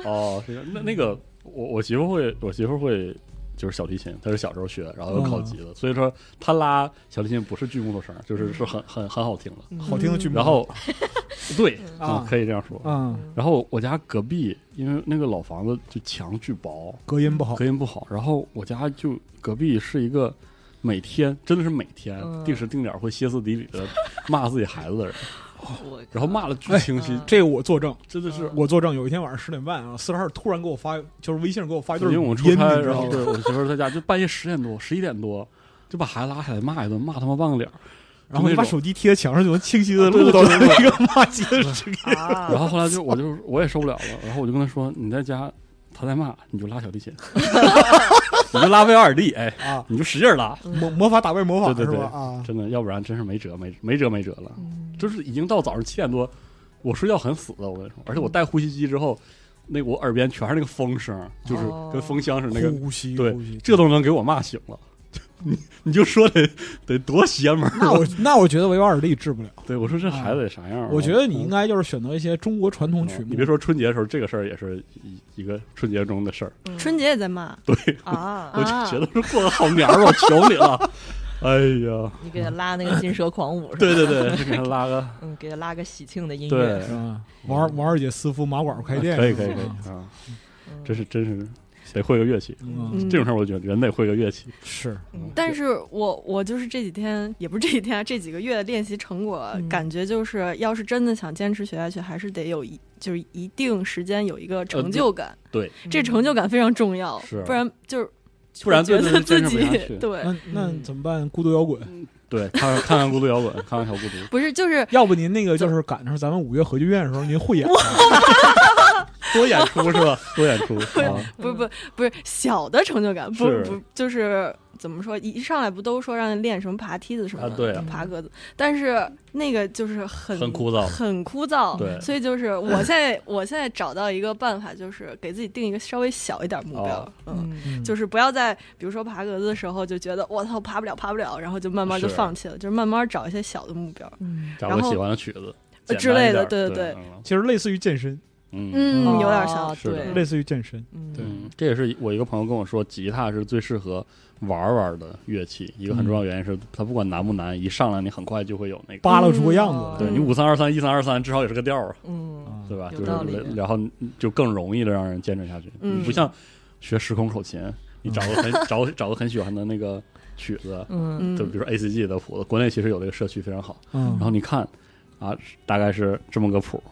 哦，是这样那那个我我媳妇会，我媳妇会就是小提琴，她是小时候学，然后又考级的，所以说
嗯
她拉小提琴不是锯木头声儿，就是是很很很好听的。
好听的剧目。
然后 对
啊
可以这样说。
啊，
然后我家隔壁，因为那个老房子就墙巨薄，
隔音不好
隔音不好。然后我家就隔壁是一个每天真的是每天、
嗯
定时定点会歇斯底里的骂自己孩子的人，
我
哦然后骂的巨清晰，
嗯
这个我作证，
真的是。
我作证。有一天晚上十点半啊，四十二突然给我发，就是微信上给我发一
因
段
为我
语
们出
音，
差，
你知
然
道
后
吗
对我媳妇儿在家，就半夜十点多、十一点多，就把孩子拉起来骂一顿，骂他妈半个脸儿。
然后你把
就那种
手
啊
机贴在墙上，就能清晰的录到那个骂街的声音。
啊
然后后来就我就我也受不了了，然后我就跟他说：“你在家，他在骂，你就拉小 提琴，你就拉威尔第，哎，
啊，
你就使劲儿拉，
魔魔法打败魔法
对对对
是吧？啊，
真的，要不然真是没辙，没没辙没辙了。
嗯
就是已经到早上七点多，我睡觉很死的，我跟你说，而且我戴呼吸机之后，那个我耳边全是那个风声，就是
哦
跟风箱似的那个，
呼吸，
对
呼吸，
这都能给我骂醒了。 你你就说得得多邪门儿
那我那我觉得维瓦尔第治不了。
对我说这孩子得啥样儿啊？嗯
我觉得你应该就是选择一些中国传统曲目，
哦你别说春节的时候，这个事儿也是一一个春节中的事儿。
春节也在骂，
啊，
我就
啊
觉得是过个好年儿吧，求你了。哎呀，
你给他拉那个金蛇狂舞是吧？
对对对， 就给他拉个
嗯，给他拉个喜庆的音
对
乐。
是吧？王二王二姐私服马馆开店，
可以可以可
是吧
以嗯啊，
嗯
真是真是得会个乐器。
嗯，
嗯
这种事儿，我觉得人得会个乐器。
是
但是我我就是这几天也不是这几天啊，这几个月的练习成果，
嗯
感觉就是要是真的想坚持学下去，还是得有一就是一定时间有一个成就感，
呃对，
这成就感非常重要，
是啊
不然就是
不然
觉
对
得自
对对
己
坚持不下去
对
那那怎么办？孤独摇滚，
对，看看看孤独摇滚，看看小孤独。
不是就是
要不您那个就是赶上咱们五月核聚变的时候，您汇演
多演出是吧？多演 出
嗯
啊！
不是不是不是小的成就感，不
是
不就是怎么说？一一上来不都说让人练什么爬梯子什么的，
啊对啊
嗯
爬格子，但是那个就是很
很枯燥
很枯燥。
对
所以就是我现在我现在找到一个办法，就是给自己定一个稍微小一点目标，
哦
嗯。
嗯
就是不要在，比如说爬格子的时候就觉得我操爬不了爬不了，然后就慢慢就是放弃了，就是慢慢找一些小的目标，
嗯，
找
然
个
后
喜欢的曲子简
呃
单
之类的
一点儿
对对
对，嗯
其实类似于健身，
嗯
嗯，
哦
有点像，
是的
类
对，
似于健身，
嗯
对
嗯，这也是我一个朋友跟我说，吉他是最适合玩儿玩儿的乐器。一个很重要原因是，它不管难不难，一上来你很快就会有那个。
扒拉出个样子
嗯
来。
对你五三二三一三二三，至少也是个调儿，啊
嗯，
对吧？
有
就是
道理
然然后就更容易的让人坚持下去。
嗯
你不像学时空口琴，你找个 很找找个很喜欢的那个曲子，
嗯
嗯
就比如说 A C G 的谱子，国内其实有这个社区非常好。
嗯
然，后你看啊，大概是这么个谱，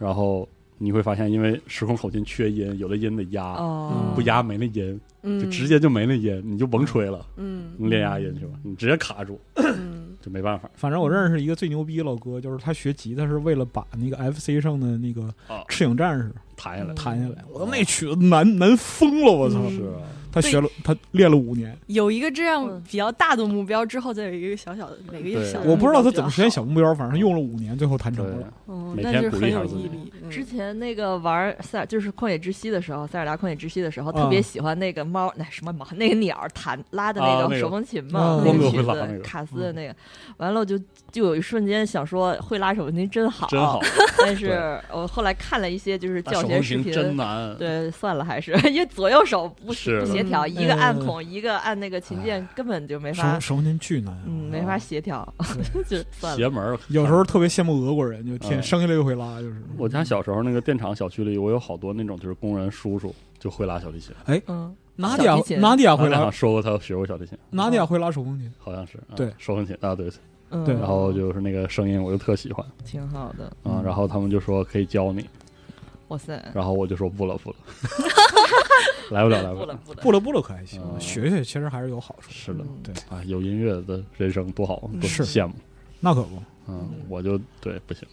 然后你会发现，因为时空口琴缺音，有的音得压，
哦，
嗯不压没那音，
嗯，
就直接就没那音，你就甭吹了，
嗯
你练压音去吧，你直接卡住
嗯
就没办法。
反正我认识一个最牛逼的老哥，就是他学吉他是为了把那个 FC 上的那个
啊
《赤影战士
弹下
嗯
来》
弹下来。我那曲子难难疯了，我操！
是啊，
他学了，他练了五年，
有一个这样
嗯
比较大的目标之后，再有一个小小的，每个
对
月小的目标
我不知道他怎么实现
比较
小目标，反正用了五年，最后弹成
对
了。
好，哦
每
那
天
就是
鼓
很
励一
有
下自
毅
己
力。嗯
之前那个玩塞尔就是旷野之息的时候，塞尔达旷野之息的时候，
嗯
啊
特别喜欢那个猫，那什么猫，那个鸟儿弹拉的
啊
那
那个
个手风琴嘛
嗯，
那
光
哥
个
会
曲
拉那个嗯
子，卡斯的那个。完了，我就就有一瞬间想说，会拉手风琴真好，
真好。，
但是我后来看了一些就是
但
哦教
手
学
风
视
琴
频，
真难。
对，算了，还是 因为左右手不不
是的
协调，
嗯
一个按孔，一个按那个琴键，根本就没法
手，手风琴巨难啊，
嗯，没法协调， 就算了。
邪门儿，啊
有时候特别羡慕俄国人，就天
嗯
生下来就会拉，就是。
我家小时候那个电厂小区里，我有好多那种就是工人叔叔就会拉小提琴。
嗯，
拿
小
迪亚
提琴
拿迪亚会
好
拉
像说过他学过小提琴，
拿迪亚会拉手风琴，
好像是啊
对
手风琴啊，对。
嗯
对
然后就是那个声音，我就特喜欢
挺好的，
啊。然后他们就说可以教你，
嗯哇塞，
然后我就说不了 不了，来不了来
不了
了。
不了，
布勒布勒可还行，
嗯
学学其实还是有好处。
是的
嗯
对，
啊，有音乐的人生多好，多
是
羡慕。
那可不，
嗯，我就对不行，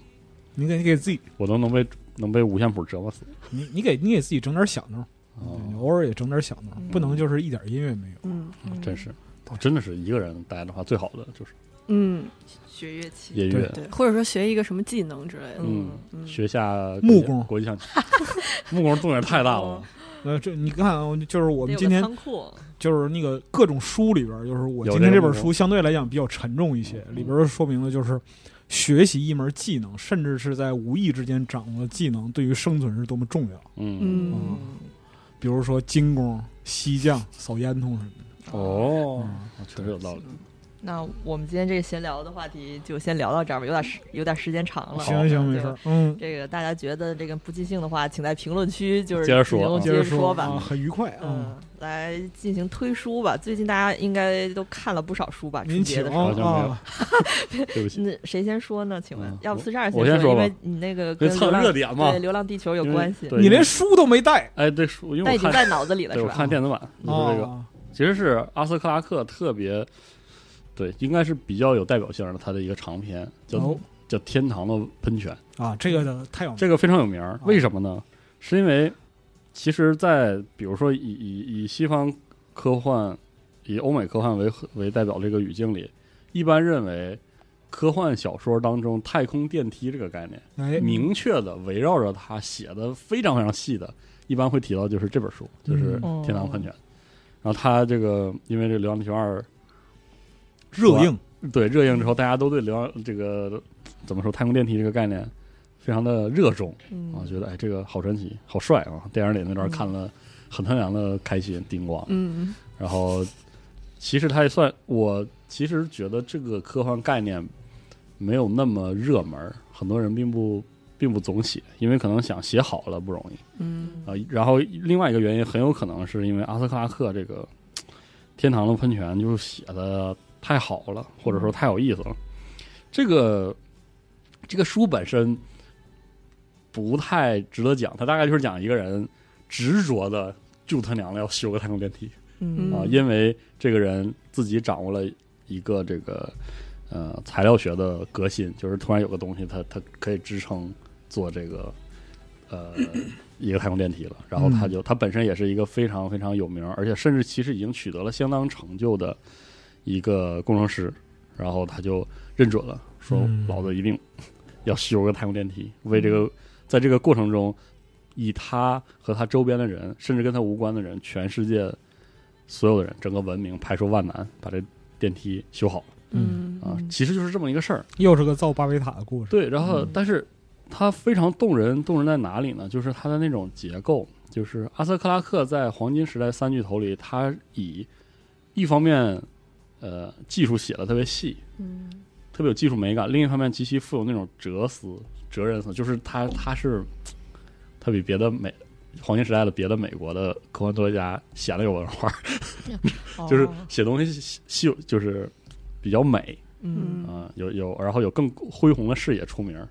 你给你给自己，
我都能被能被五线谱折磨死。
你你给你给自己整点小闹，对
哦，
偶尔也整点小闹，
嗯
不能就是一点音乐没有。
嗯
真是，真的是一个人待的话，最好的就是
嗯，
学乐器，
音乐，
对，或者说学一个什么技能之类的，
嗯
嗯
学下
木工
国际象棋，木工动静太大了。
呃，这你看啊，就是我
我
们今天
仓库，
就是那个各种书里边儿，就是我
有
今天
这
这
个
本
哦目录
书相对来讲比较沉重一些，里边儿说明了就是学习一门技能，甚至是在无意之间掌握技能，对于生存是多么重要。
嗯，
嗯
嗯比如说金工、西匠、扫烟�筒什么的。嗯
哦，确实有道理。
那我们今天这个闲聊的话题就先聊到这儿吧，有点时有点时间长了。
行行，没事儿
对。，
嗯，
这个大家觉得这个不尽兴的话，请在评论区就是
接着说
评论
啊
区
接着
说吧。
啊，很愉快啊。
嗯，来进行推书吧。最近大家应该都看了不少书吧？春
啊您
节
请
的时候，
好像没有
啊，
对不起，
那谁先说呢？请问
嗯，
要不
我
四十二
我先
说，
说
因
吧
为你那个
因
跟
为蹭
流浪
热点嘛
对《流浪地球》有
因为
关系，
对
你连书都没带
哎对书，因
但已
为我
经
看
在脑子里了，
对
是
我
吧？
看电子版，我说这个
啊？
其实是阿瑟克拉克特别，对，应该是比较有代表性的他的一个长篇，叫、
哦
叫《天堂的喷泉》，
啊，这个太有名
这个非常有名儿。为什么呢？是因为其实在，比如说以以以西方科幻、以欧美科幻为为代表这个语境里，一般认为科幻小说当中太空电梯这个概念，
哎，
明确的围绕着它写的非常非常细的，一般会提到就是这本书，就是
嗯
《天堂喷泉》然后它这个因为这《流浪地球二
热映，
对热映之后，大家都对流浪这个怎么说太空电梯这个概念非常的热衷啊，
嗯，
觉得哎这个好神奇，好帅啊！电影里那段看了很疼凉的开心叮咣，
嗯，
然后其实它也算我其实觉得这个科幻概念没有那么热门儿，很多人并不并不总写，因为可能想写好了不容易。
嗯
啊、然后另外一个原因很有可能是因为阿斯克拉克这个《天堂的喷泉》就是写的太好了，或者说太有意思了。这个这个书本身不太值得讲，它大概就是讲一个人执着的就他娘的要修个太空电梯
嗯
啊、
嗯
因为这个人自己掌握了一个这个呃材料学的革新，就是突然有个东西它，它可以支撑做这个呃一个太空电梯了。然后他就他本身也是一个非常非常有名，而且甚至其实已经取得了相当成就的一个工程师。然后他就认准了，说
嗯
老子一定要修个太空电梯，为这个在这个过程中，以他和他周边的人，甚至跟他无关的人，全世界所有的人，整个文明排除万难，把这电梯修好
嗯
啊，其实就是这么一个事儿。
又是个造巴别塔的故事。
对，然后但是它非常动人，动人在哪里呢？就是它的那种结构，就是阿瑟克拉克在黄金时代三巨头里，他以一方面呃技术写的特别细，
嗯
特别有技术美感；另一方面，极其富有那种哲思、哲人思，就是他他是他比别的美黄金时代的别的美国的科幻作家显得有文化，
嗯哦
就是写东西细细有就是比较美，
嗯
嗯
啊，有有，然后有更恢宏的视野出名儿。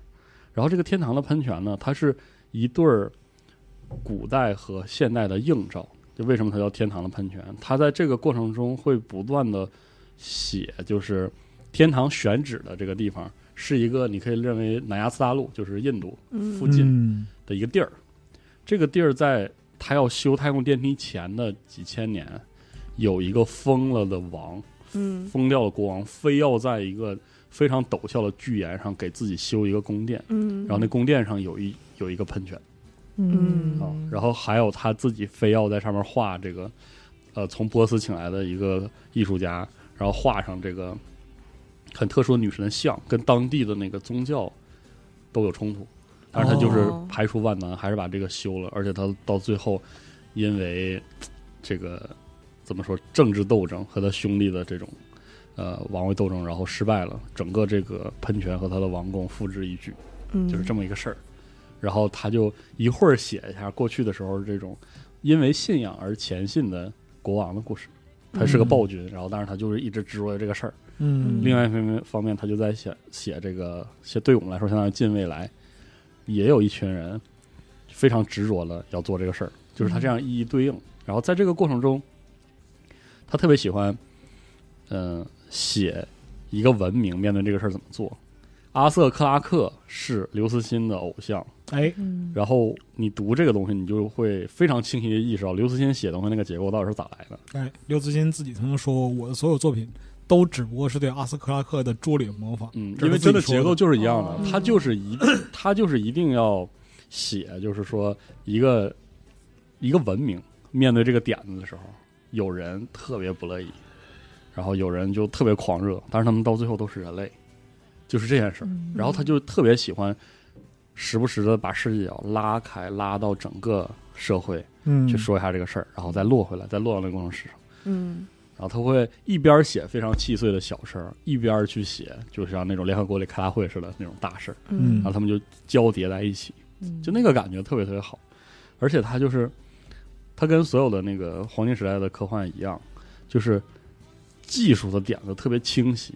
然后这个天堂的喷泉呢，它是一对儿古代和现代的映照。就为什么它叫天堂的喷泉？它在这个过程中会不断的写，就是天堂选址的这个地方是一个你可以认为南亚次大陆，就是印度
嗯
附近
嗯
的一个地儿。这个地儿在他要修太空电梯前的几千年，有一个疯了的王，
嗯
疯掉的国王非要在一个非常陡峭的巨岩上给自己修一个宫殿，
嗯，
然后那宫殿上有一有一个喷泉
嗯
啊，然后还有他自己非要在上面画这个，呃，从波斯请来的一个艺术家，然后画上这个很特殊的女神的像，跟当地的那个宗教都有冲突，但是他就是
哦
排除万难，还是把这个修了，而且他到最后因为这个怎么说政治斗争和他兄弟的这种呃王位斗争，然后失败了，整个这个喷泉和他的王宫付之一炬，
嗯
就是这么一个事儿。然后他就一会儿写一下过去的时候这种因为信仰而前进的国王的故事。他是个暴君，然后但是他就是一直执着于这个事儿。
嗯，
另外一方面方面，他就在写写这个，写对我们来说相当于近未来，也有一群人非常执着的要做这个事儿，就是他这样一一对应。然后在这个过程中，他特别喜欢，嗯、写一个文明面对这个事儿怎么做。阿瑟克拉克是刘慈欣的偶像，
哎，
嗯
然后你读这个东西，你就会非常清晰的意识到刘慈欣写东西那个结构到底是咋来的。
哎，刘慈欣自己曾经说过，我的所有作品都只不过是对阿斯克拉克的拙劣模仿。
嗯，
这是
因为
自
真
己
的
说
结构
的
就是一样的
哦，
它就是一，它就是一定要写，就是说一个一个文明面对这个点子的时候，有人特别不乐意，然后有人就特别狂热，但是他们到最后都是人类，就是这件事儿。然后他就特别喜欢时不时的把视角拉开，拉到整个社会
嗯
去说一下这个事儿，然后再落回来，再落到那个工程师上。
嗯
然后啊他会一边写非常细碎的小事儿，一边去写，就像那种联合国里开大会似的那种大事儿，
嗯
然后他们就交叠在一起，
嗯
就那个感觉特别特别好。而且它就是，它跟所有的那个黄金时代的科幻一样，就是技术的点子特别清晰，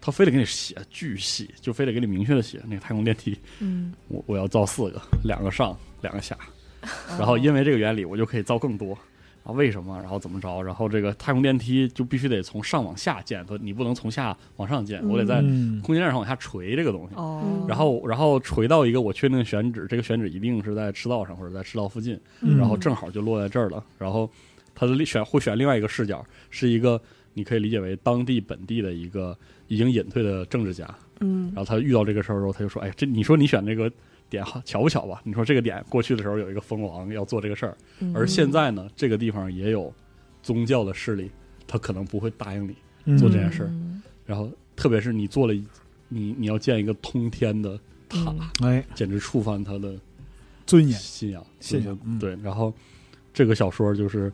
它非得给你写巨细，就非得给你明确的写那个太空电梯，
嗯
我我要造四个，两个上，两个下，然后因为这个原理，我就可以造更多。啊，为什么？然后怎么着？然后这个太空电梯就必须得从上往下建，它你不能从下往上建，我得在
嗯
空间站上往下垂这个东西。
嗯
哦，
然后，然后垂到一个我确定的选址，这个选址一定是在赤道上或者在赤道附近，
嗯
然后正好就落在这儿了。然后它的选会选另外一个视角，是一个你可以理解为当地本地的一个已经隐退的政治家，
嗯
然后他遇到这个事儿的时候，他就说：“哎，这你说你选这个点好巧不巧吧？你说这个点过去的时候有一个蜂王要做这个事儿，
嗯
而现在呢，这个地方也有宗教的势力，他可能不会答应你。做这件事儿
嗯
然后特别是你做了一，你你要建一个通天的塔，
嗯
哎
简直触犯他的
尊严，
信仰，
信仰嗯
对。然后这个小说就是。”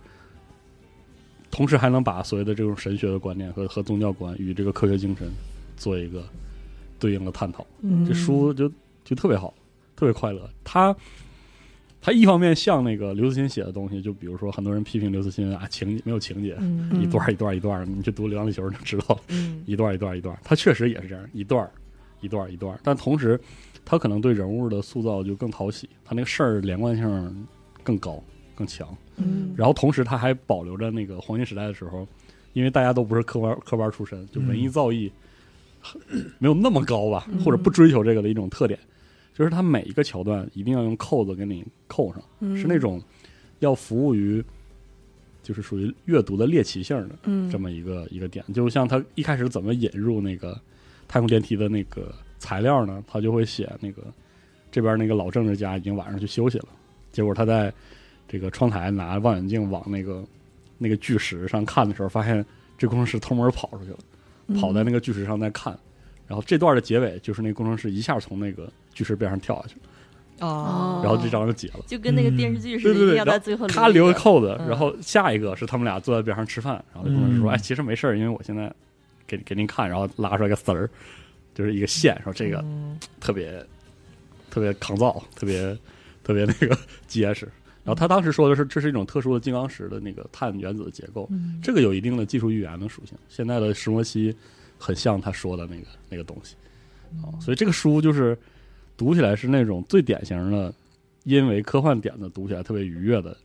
同时还能把所谓的这种神学的观念和和宗教观与这个科学精神做一个对应的探讨，
嗯
这书就就特别好，特别快乐。他他一方面像那个刘慈欣写的东西，就比如说很多人批评刘慈欣啊，情节没有情节，
嗯
一段一段一段，你去读《流浪地球》你就知道，
嗯
一段一段一段。他确实也是这样，一段一段一段。但同时，他可能对人物的塑造就更讨喜，他那个事儿连贯性更高更强。
嗯
然后同时他还保留着那个黄金时代的时候，因为大家都不是科班科班出身，就文艺造诣
嗯
没有那么高吧，或者不追求这个的一种特点，就是他每一个桥段一定要用扣子给你扣上，
嗯
是那种要服务于就是属于阅读的猎奇性的
嗯
这么一个一个点。就像他一开始怎么引入那个太空电梯的那个材料呢？他就会写那个这边那个老政治家已经晚上去休息了，结果他在这个窗台拿望远镜往那个那个巨石上看的时候，发现这工程师偷摸跑出去
嗯
了，跑在那个巨石上在看。然后这段的结尾就是那工程师一下从那个巨石边上跳下去，
哦，
然后这章就结了。
就跟那个电视剧似
对
的，一
对
定
对，
要
然
在
后
最后
他留
留一
个扣子，
嗯
然后下一个是他们俩坐在边上吃饭，然后工程师说：“
嗯
哎，其实没事儿，因为我现在给给您看。”然后拉出来个丝儿，就是一个线，说这个
嗯
特别特别抗造，特别特别那个 结实。然后他当时说的是，这是一种特殊的金刚石的那个碳原子的结构，
嗯
这个有一定的技术预言的属性。现在的石墨烯很像他说的那个那个东西啊，所以这个书就是读起来是那种最典型的，因为科幻点子读起来特别愉悦的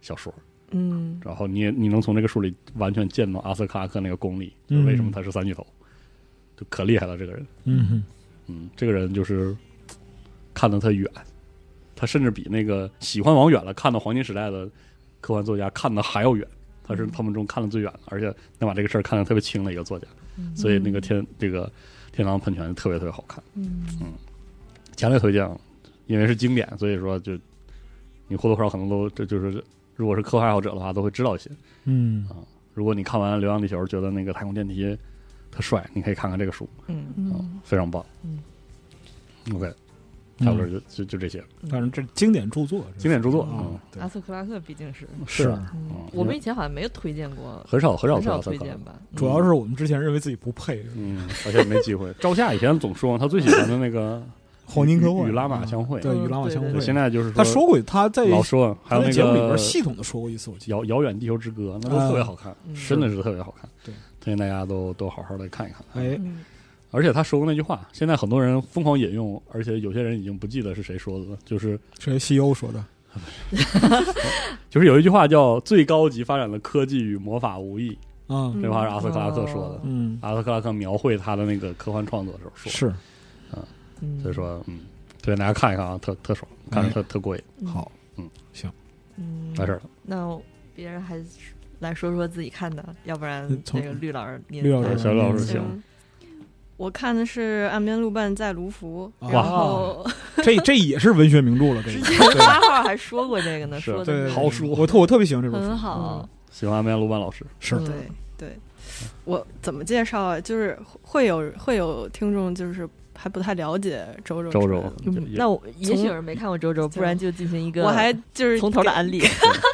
小说。
嗯
然后你也你能从这个书里完全见到阿瑟卡克那个功力，就
嗯
是为什么他是三巨头，就可厉害了这个人。
嗯哼，
嗯，这个人就是看得他远，他甚至比那个喜欢往远了看到黄金时代的科幻作家看得还要远。他是他们中看得最远的，而且能把这个事儿看得特别清的一个作家，
嗯
所以那个天这个天狼喷泉特别特别好看，嗯，强烈推荐，啊因为是经典，所以说就你或多或少可能都这就是如果是科幻爱好者的话，都会知道一些。
嗯
如果你看完《流浪地球》觉得那个太空电梯特帅，你可以看看这个书，
嗯
嗯
非常棒。
嗯
，OK，差不多就就就这些
但是这经典著作，
经典著作。
啊
嗯，，
对啊
阿瑟克拉克毕竟是，
是
嗯
嗯
我们以前好像没有推荐过，
很少很少
很少
提到
推
他可
荐
能。
吧，嗯
主要是我们之前认为自己不配
嗯，而且没 机会。赵夏以前总说他最喜欢的那个
黄金科幻，
与与拉玛相会
对，
嗯
与拉玛相
对
会
对，。现在就是
他说过，他在
老说，
他
还有
在
那
节目里
个
边系统的说过一次，我记得。
遥遥远地球之歌》，那都特别好看，
嗯
真的是特别好看。
对，
推荐大家都都好好的看一看。
哎，
嗯
而且他说过那句话，现在很多人疯狂引用，而且有些人已经不记得是谁说的了，就是
谁西欧说的？
就是有一句话叫“最高级发展的科技与魔法无异”，
啊，
嗯
嗯
这句话是阿瑟克拉克说的。
嗯，
阿瑟克拉克描绘他的那个科幻创作的时候说，
是
嗯，
所以说，嗯，推荐大家看一看啊，特特爽，看
嗯
着特特过瘾，
好，
嗯
完事儿了。
那别人还是来说说自己看的，要不 然
嗯从
这个绿老师您
绿老
对
师，
小老师行
嗯，我看的是《岸边路伴在卢浮》，
哇
然后
这这也是文学名著 了，这
之
个
前 八号还说过这个呢，
是
说的是
对
好书
我特我特别喜欢这本书，
很好，
喜欢安边鲁班老师，
是
啊嗯
对对，我怎么介绍啊？就是会有会有听众就是还不太了解周周
周
之类
周
的。
就
嗯那我也许有人没看过周周，
从
不然就进行一个
我还就是
从头的案例，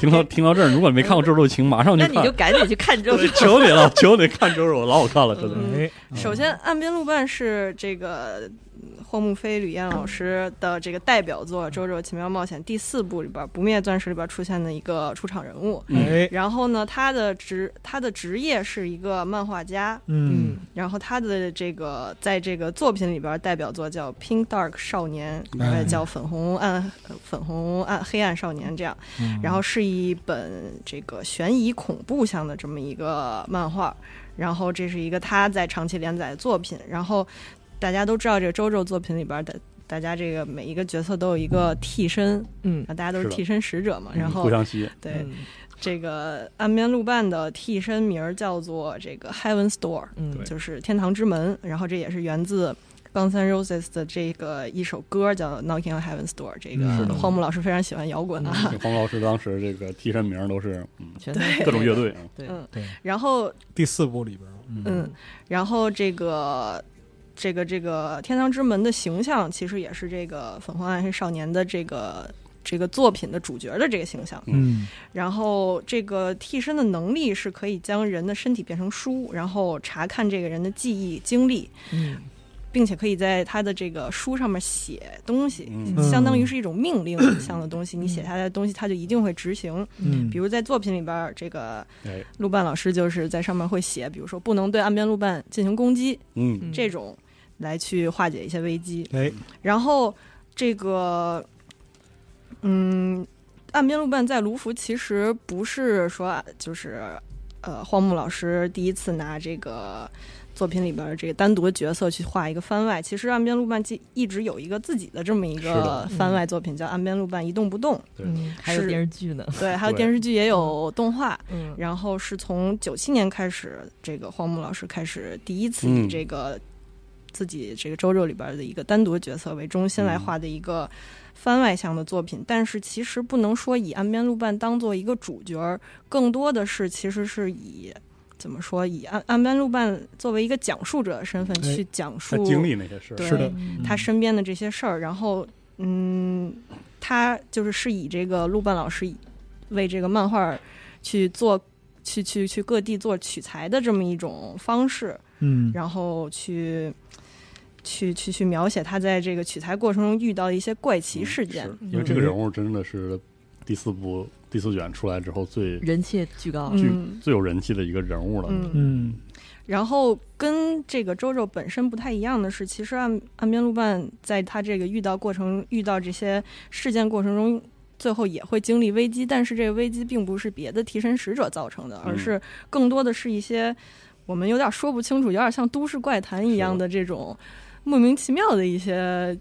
听到听到这儿，如果没看过《周周请》，马 上
那
去
你
看。
就。赶紧去看周周
求你了，求你看《周周》，老好看了，真的。
哎，嗯
首先，《岸边露伴》是这个嗯霍慕菲、吕燕老师的这个代表作《周周奇妙冒险》第四部里边《不灭钻石》里边出现的一个出场人物。
哎，
然后呢，他的职他的职业是一个漫画家，
嗯，
然后他的这个在这个作品里边代表作叫《Pink Dark 少年》，
哎
也叫《粉红暗呃粉红暗黑暗少年》这样。然后是一本这个悬疑恐怖向的这么一个漫画，然后这是一个他在长期连载的作品，然后大家都知道这个周周作品里边的。大家这个每一个角色都有一个替身，
嗯
啊，大家都是
是的嗯
替身使者嘛。然后
互相吸引，
对、
嗯
这个岸边露伴的替身名儿叫做这个 Heaven's Door，
嗯
对
就是天堂之门。然后这也是源自 Guns N' Roses 的这个一首歌叫《Knocking on Heaven's Door》。这
是
个
的
荒木老师非常喜欢摇滚啊。
这黄老师当时这个替身名都是嗯
全都
对
各种乐队， 嗯
对
嗯
对，
然后
第四部里边儿，
嗯，然后这个这个这个天堂之门的形象，其实也是这个粉红暗黑少年的这个这个作品的主角的这个形象。
嗯，
然后这个替身的能力是可以将人的身体变成书，然后查看这个人的记忆、经历，
嗯
并且可以在他的这个书上面写东西，
嗯
相当于是一种命令一样的东西。你写下来的东西，他就一定会执行。
嗯，
比如在作品里边儿，这个
哎
陆伴老师就是在上面会写，比如说不能对岸边陆伴进行攻击
嗯
嗯
这种，来去化解一些危机。
哎，
然后这个，嗯，岸边露伴在卢浮其实不是说啊就是，呃，荒木老师第一次拿这个作品里边儿这个单独的角色去画一个番外。其实岸边露伴既一直有一个自己的这么一
是的
个番外作品，叫《岸边露伴一动不动》。
嗯，还有
是
电视剧呢，
对，还有
对
电视剧也有动画。
嗯
然后是从九七年开始，这个荒木老师开始第一次以
嗯
这个自己这个周周里边的一个单独角色为中心来画的一个番外向的作品，但是其实不能说以岸边露伴当做一个主角儿，更多的是其实是以。怎么说？以岸岸边露伴作为一个讲述者的身份
哎
去讲
他
述
经历那些事儿，
对
是的，
嗯
他身边的这些事儿，然后嗯，他就是是以这个陆伴老师以为这个漫画儿去做去去去各地做取材的这么一种方式，
嗯，
然后去去去去描写他在这个取材过程中遇到的一些怪奇
嗯
事件。
是因为这个人物真的是第四部第四卷出来之后最
人气巨高，
最
嗯
最有人气的一个人物了，
嗯，
嗯，
然后跟这个周周本身不太一样的是，其实岸岸边露伴在他这个遇到过程、遇到这些事件过程中，最后也会经历危机，但是这个危机并不是别的替身使者造成的，而是更多的是一些我们有点说不清楚，有点像都市怪谈一样的这种莫名其妙的一些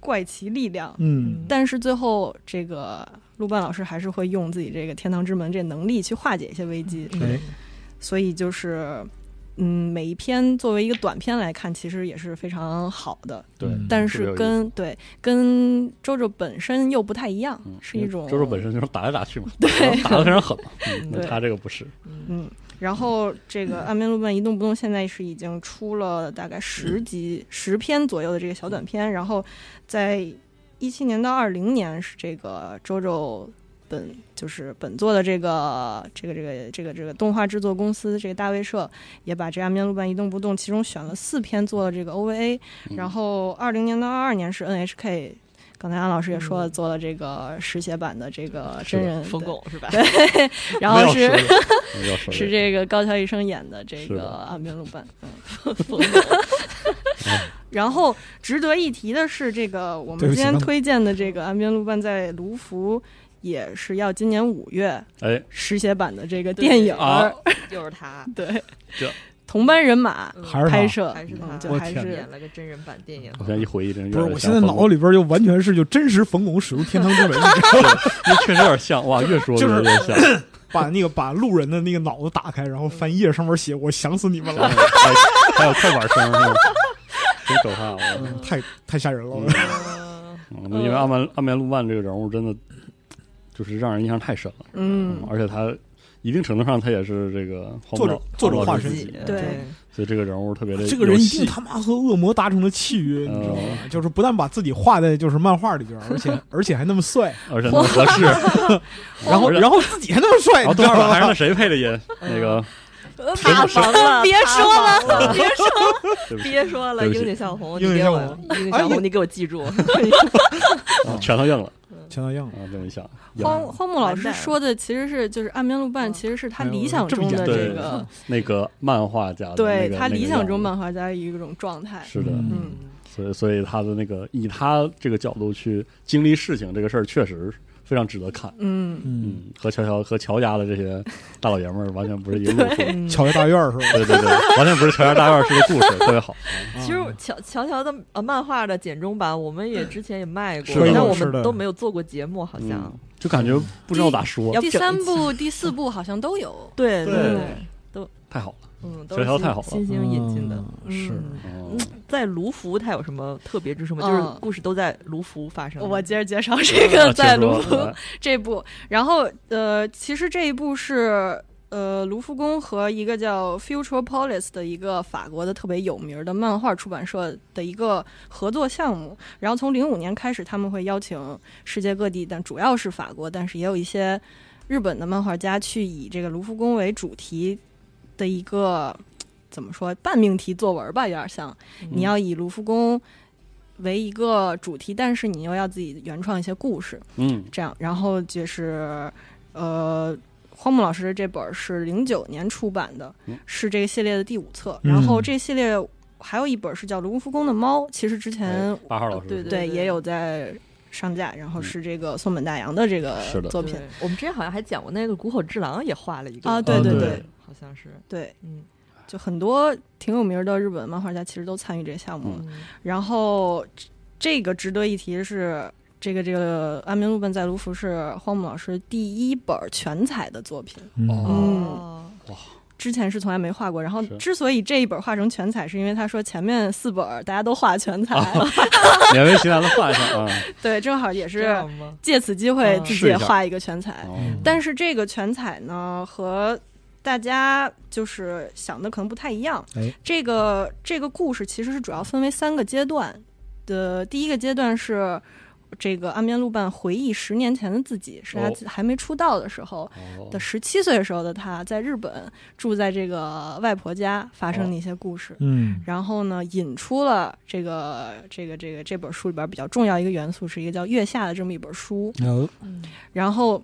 怪奇力量。
嗯，
但是最后，这个陆伴老师还是会用自己这个天堂之门这能力去化解一些危机。
嗯
哎，
所以就是，嗯，每一篇作为一个短篇来看，其实也是非常好的，
对，
嗯
但
特别有
是
意思
跟对跟周周本身又不太一样，
嗯
是一种
周周本身就是打来打去嘛，然后打的非常狠嘛，嗯那
对
他这个不是，
嗯。然后这个《岸边露伴一动不动》现在是已经出了大概十集、十篇左右的这个小短片，然后在一七年到二零年是这个周周本就是本作的这个这个这个这个这个动画制作公司这个大卫社也把这《岸边露伴一动不动》其中选了四篇做了这个 OVA，、
嗯
然后二零年到二二年是 NHK。刚才安老师也说了，做了这个实写版的这个真人，
疯
对
狗是吧？
然后是
没有说的没有说的
是这个高桥医生演的这
是
个
的
岸边露伴，嗯，然后值得一提的是，这个我们
对不起
今天
刚
推荐的这个岸边露伴在卢浮也是要今年五月
哎，
实写版的这个
对
电
哎
影
啊
儿，
又是他，
对
这，
同班人马
嗯
还是他
拍摄，
还是他
嗯就
我
还
天
是
演了个真人版电影，
我现在一回忆，真
不是，我现在脑子里边就完全是就真实冯巩使出天堂之 门，
里确实有点像， 哇，越说
就是
越 像，
把那个把路人的那个脑子打开，然后翻页上面写“我想死你们了
嗯还还有快板声是吗？真可怕！”，我
嗯太太吓人了。
嗯
嗯因为阿曼阿曼路曼这个人物真的就是让人印象太深了，
嗯
而且他一一定程度上他也是这个荒
作者
岛
作者
荒岛
化
之
身
己
体
对
所以这个人物特别的
这个人
有
一
戏
定他妈和恶魔达成了契约，你知道吗？
嗯
就是不但把自己画在就是漫画里边，而 且而且还那么帅，
而且那么合 适，
然后
而且
然后自己还那么帅，
然后
你知道
多少还
吗？
是那谁配的音？那个
塌房了，
别说
塌房
了
了，别说
对不
了，
起
别说了，
对不起
英俊向红，
英俊
你给我
向
英俊向
哎
红，你给我记住，
嗯
啊全都应了
全都硬了。
啊！这么一想，硬
荒
了
荒木老师说的其实是就是《岸边露伴
嗯》，
其实是他
哎呦
理想
这么
中
严
的
重
这个，
那个漫画家的那
对
个
他
那个
理想中
样
漫画家一种状态
子。是的，
嗯
嗯，
所以所以他的那个以他这个角度去经历事情这个事儿，确实非常值得看。
嗯
嗯，
嗯，和乔乔和乔家的这些大老爷们儿完全不是一个路数。对
嗯，
乔家大院是吧？
对对，完全不是乔家大院是个故事，特别好。
啊
其实乔乔乔的呃漫画的简中版，我们也之前也卖过
是的，
但我
是的
们都没有做过节目，好像
嗯，就感觉不知道咋说
要，
第
整
三
一期
部、第四部好像都有。
对
对
对，
太好了。
嗯，
乔乔
都是
太好了
新新兴引进的。
嗯是
嗯
嗯，
在卢浮，它有什么特别之处吗？
嗯
就是故事都在卢浮发生的。
我接着介绍这个
啊
在
听说
卢浮
哎
这部，然后呃，其实这一部是呃卢浮宫和一个叫 Future Police 的一个法国的特别有名的漫画出版社的一个合作项目。然后从零五年开始，他们会邀请世界各地，但主要是法国，但是也有一些日本的漫画家去以这个卢浮宫为主题的一个怎么说半命题作文吧，有点像。你要以卢浮宫为一个主题，但是你又要自己原创一些故事，
嗯，
这样，然后就是呃。荒木老师这本儿是零九年出版的
嗯，
是这个系列的第五册。
嗯
然后这系列还有一本是叫《卢浮宫的猫》，其实之前
哎八号老师
对
对也有在上架，然后是这个松本大洋的这个
是的
作
对
品。
我们之前好像还讲过那个谷口治郎也画了一个
啊对
对
对
对，
好像是，
对，
嗯
就很多挺有名的日本漫画家其实都参与这个项目了。
嗯
然后这这个值得一提的是，这个这个《安眠路伴在卢浮》是荒木老师第一本全彩的作品，
嗯
哦
哦，
之前是从来没画过。然后
是
之所以这一本画成全彩，是因为他说前面四本大家都画全彩
哦
了，
勉为其难的画一下啊。
对，正好也
这
是
样吗？
借此机会
嗯
自己
试一
也
下
画一个全彩。
嗯
哦
但是这个全彩呢，和大家就是想的可能不太一样。
哎
这个这个故事其实是主要分为三个阶段的，第一个阶段是。这个安边路伴回忆十年前的自己，是他
哦
自还没出道的时候
哦
嗯的十七岁的时候的他，在日本住在这个外婆家发生的一些故事。
嗯
然后呢，引出了这个这个这个这本书里边比较重要一个元素，是一个叫《月下》的这么一本书。
哦
嗯
然后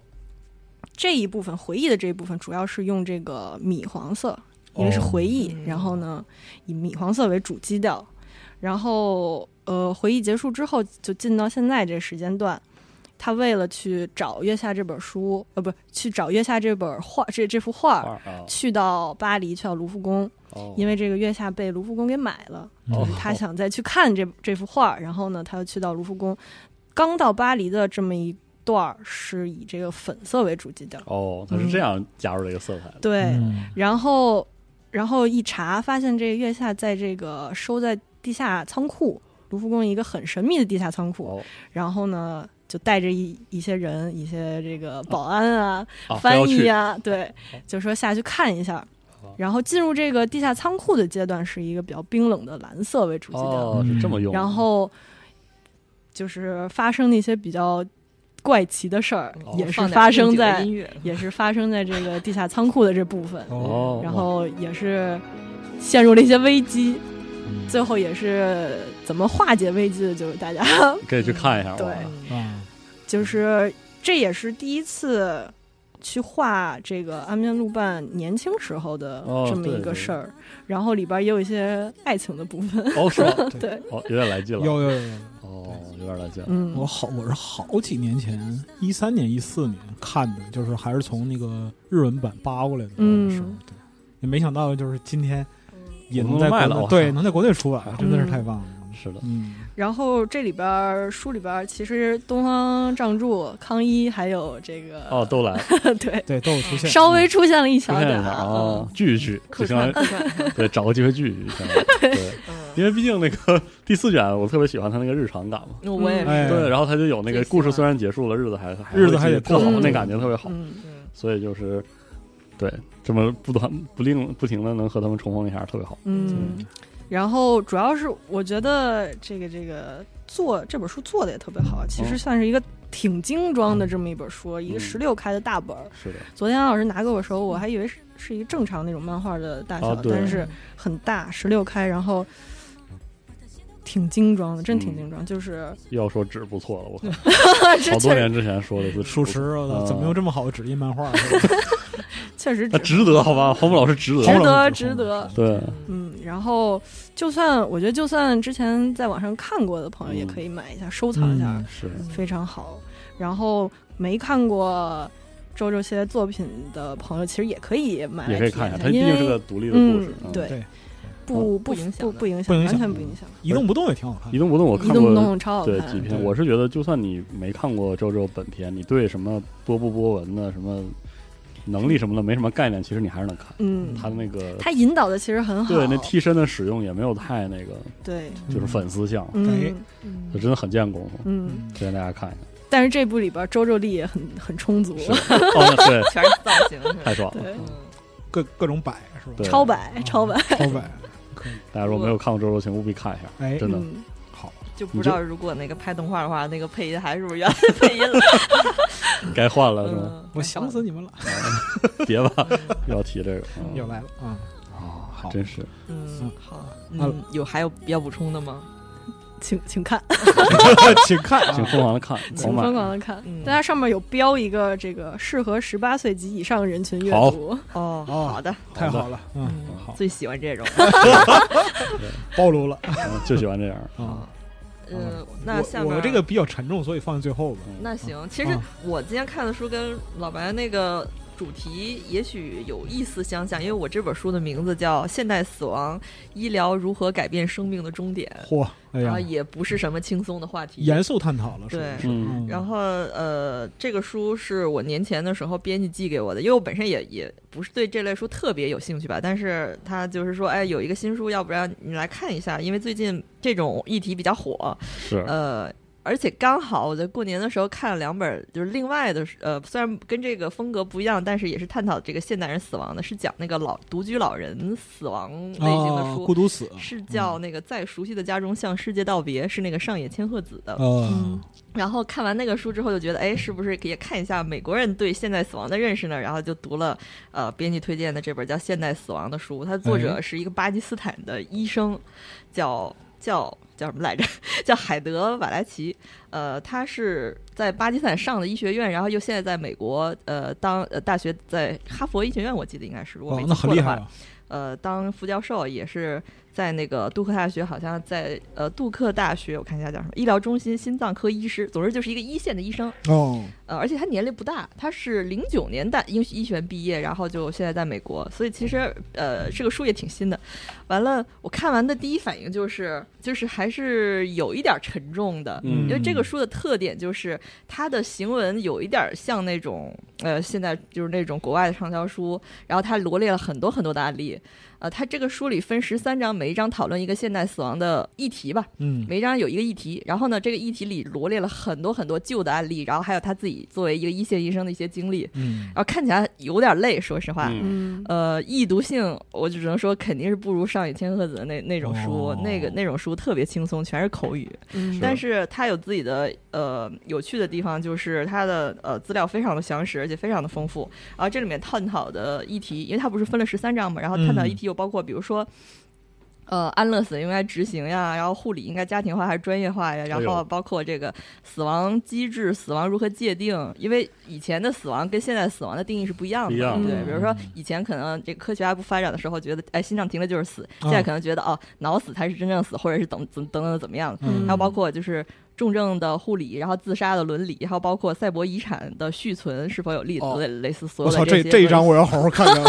这一部分回忆的这一部分，主要是用这个米黄色，因为是回忆，
嗯
然后呢以米黄色为主基调，然后呃回忆结束之后，就进到现在这个时间段。他为了去找月下这本书，呃，不，去找月下这本画，这这幅画
画
儿，
儿啊，
去到巴黎，去到卢浮宫，
哦
因为这个月下被卢浮宫给买了，
哦
他想再去看这这幅画，然后呢，他又去到卢浮宫。刚到巴黎的这么一段儿是以这个粉色为主基调，
哦，
嗯
他是这样加入这个色彩的。
对，
嗯
然后然后一查发现这个月下在这个收在地下仓库，卢浮宫一个很神秘的地下仓库，
哦
然后呢。就带着一一些人，一些这个保安啊、
啊，非
翻
要
译
去哦
啊，对，就说下去看一下。然后进入这个地下仓库的阶段，是一个比较冰冷的蓝色为主基调。
哦，是这么用的。
然后就是发生那些比较怪奇的事儿，
哦
也
嗯
是
放点
发生
应景的
在
音乐，
也是发生在这个地下仓库的这部分，
哦
哦，
然后也是陷入了一些危机，
嗯
最后也是怎么化解危机的，就是大家
可以去看一下。
对
哇
嗯
啊
就是这也是第一次。去画这个安眠路伴年轻时候的
哦
这么
对
一个
对
事儿，然后里边也有一些爱情的部分，
哦，是吗？
对，
哦，有点来劲
有
了。
有有有，
哦，有点来劲了。
嗯，
我好我是好几年前，一三年一四年看的，就是还是从那个日文版扒过来的，
嗯
是对，也没想到就是今天也能
能
在
卖
国内
了啊嗯我
对
靠
能在国内出版，真的是太棒了，
是的，
嗯，
然后这里边儿书里边儿，其实东方仗助、康一还有这个，
哦，都来，
对，
对，都有出现，嗯
稍微出现了一
出
小
现
点啊
一下
儿。
哦，聚一聚，就
客
相当
串客
于
串，
对，找个机会聚一聚，相当于对，因为毕竟那个 第四卷，我特别喜欢他那个日常感嘛。
嗯我也是，
哎
对，然后他就有那个
最喜欢
故事虽然结束了，日子还
日子还得
过
过，
那
嗯
感觉特别好。
嗯，
嗯
所以就是，对，这么不断不令不停的能和他们重逢一下，特别好。
嗯，然后主要是我觉得这个这个做这本书做的也特别好，其实算是一个挺精装的这么一本书，一个
哦嗯
十六开的大本儿。
是的，
昨天安老师拿给我的时候，我还以为是是一个正常那种漫画的大小，
啊对
但是很大，十六开，然后挺精装的，真挺精装，就是
要说纸不错了，我靠，
这
嗯好多
确实
年之前说的是
属实，我操，
嗯
怎么有这么好的纸印漫画？
确实
那
值
值得好吧？黄木老师值
值
得，
得值得。
对，
嗯，然后就算我觉得，就算之前在网上看过的朋
嗯
友，也可以买一下，收藏一下。
嗯
是
非常好。然后没看过周周系列作品的朋友，其实也可以买
也
来
可以
体
看
验
一下，
一
它毕
哎因
竟是
为
个独立的故
嗯
事，嗯，
对，
对
不
不影响
不
的
不影
不影
完全
响
不影响。嗯
移动不动也挺好看
移。动不动我
移
看
动
过
不动超好
对
看
几，篇，
对
我是觉得就算你没看过周周本片，你对什么波不波纹的什么能力什么的没什么概念，其实你还是能看。
嗯，
他的那个
他引导的其实很好，
对那替身的使用也没有太那个，
对，
就是粉丝向，
嗯
就真的很见功夫。
嗯。
推荐大家看一 下。
但是这部里边周周力也很很充足，
是哦，那对，
全是造型，是吧嗯
太爽了！
对，
各各种摆是吧？
对
超百哎超百，
超 摆，可以。
大家如果没有看过周周，请务必看一下，
哎，
真的
嗯，
好，
就不知道如果那个拍动画的话，那个配音还是不 是原来配音了？
该换了是吗？
嗯
我想死你们了，
别吧， 又要提这个，嗯
又来了啊！
啊，
好
真是
嗯，好，
啊
嗯，有还有要补充的吗？
请请看，
请看啊，
请疯狂的看，
请
狂买
疯狂的看
嗯，
但它上面有标一个这个适合十八岁及以上人群阅
好
读，
哦，好的，
太好了，嗯，
嗯
好
最喜欢这种。
暴露了
嗯就喜欢这样。
啊！
嗯，
我
那下面
我这个比较沉重，所以放在最后吧。
那行，其实
啊
我今天看的书跟老白那个主题也许有意思相像，因为我这本书的名字叫《现代死亡医疗如何改变生命的终点
嚯，哎》，
然
呀
后，也不是什么轻松的话题。
严肃探讨了，是不是？
啊对
嗯，
嗯
然后呃，这个书是我年前的时候编辑寄给我的，因为我本身也也不是对这类书特别有兴趣吧，但是他就是说，哎，有一个新书，要不然你来看一下，因为最近这种议题比较火，
是
呃。而且刚好我在过年的时候看了两本，就是另外的，呃，虽然跟这个风格不一样，但是也是探讨这个现代人死亡的，是讲那个老独居老人死亡类型的
啊，
书，
孤独死
是叫那个在熟悉的家中向世界道别，是那个上野千鹤子的。嗯
呃，
然后看完那个书之后，就觉得，哎，是不是也看一下美国人对现代死亡的认识呢？然后就读了，呃，编辑推荐的这本叫《现代死亡》的书，它作
哎
者是一个巴基斯坦的医生，叫叫叫什么来着？ 叫海德瓦莱奇。呃，他是在巴基斯坦上的医学院，然后又现在在美国，呃，当呃大学在哈佛医学院，我记得应该是，如果
哇
没，
那
记
很
错
厉
的
害
话，
啊！
呃，当副教授也是在那个杜克大学，好像在呃杜克大学，我看一下叫什么医疗中心心脏科医师，总之就是一个一线的医生。
哦，
呃，而且他年龄不大，他是零九年大医医学院毕业，然后就现在在美国，所以其实呃这个书也挺新的。完了，我看完的第一反应就是，就是还是有一点沉重的，因
嗯
为这个书的特点就是它的行文有一点像那种呃现在就是那种国外的畅销书，然后它罗列了很多很多的案例。呃，它这个书里分十三章，每一章讨论一个现代死亡的议题吧，
嗯，
每一章有一个议题，然后呢，这个议题里罗列了很多很多旧的案例，然后还有他自己作为一个一线医生的一些经历，
嗯
然，后看起来有点累，说实话。
嗯
嗯
呃，易读性，我就只能说肯定是不如上野千鹤子的那那种书，
哦
那个那种书特别轻松，全是口语。
嗯，
但是它有自己的呃有趣的地方，就是它的呃资料非常的详实，而且非常的丰富。然后这里面探讨的议题，因为它不是分了十三章嘛，然后探
嗯
讨议题又包括比如说。呃，安乐死应该执行呀，然后护理应该家庭化还是专业化呀？然
哎
后
呦
包括这个死亡机制、死亡如何界定？因为以前的死亡跟现在死亡的定义是不一样的
不一
嘛，
样
对，
嗯
比如说以前可能这个科学还不发展的时候，觉得哎心脏停了就是死，现
啊
在可能觉得哦脑死才是真正死，或者是等等等等怎么样？
嗯
还有包括就是重症的护理，然后自杀的伦理，还有包括赛博遗产的续存是否有利
哦
类类似所
我
有
操，
的
这
些
这一章
问题。
我要好好 看看。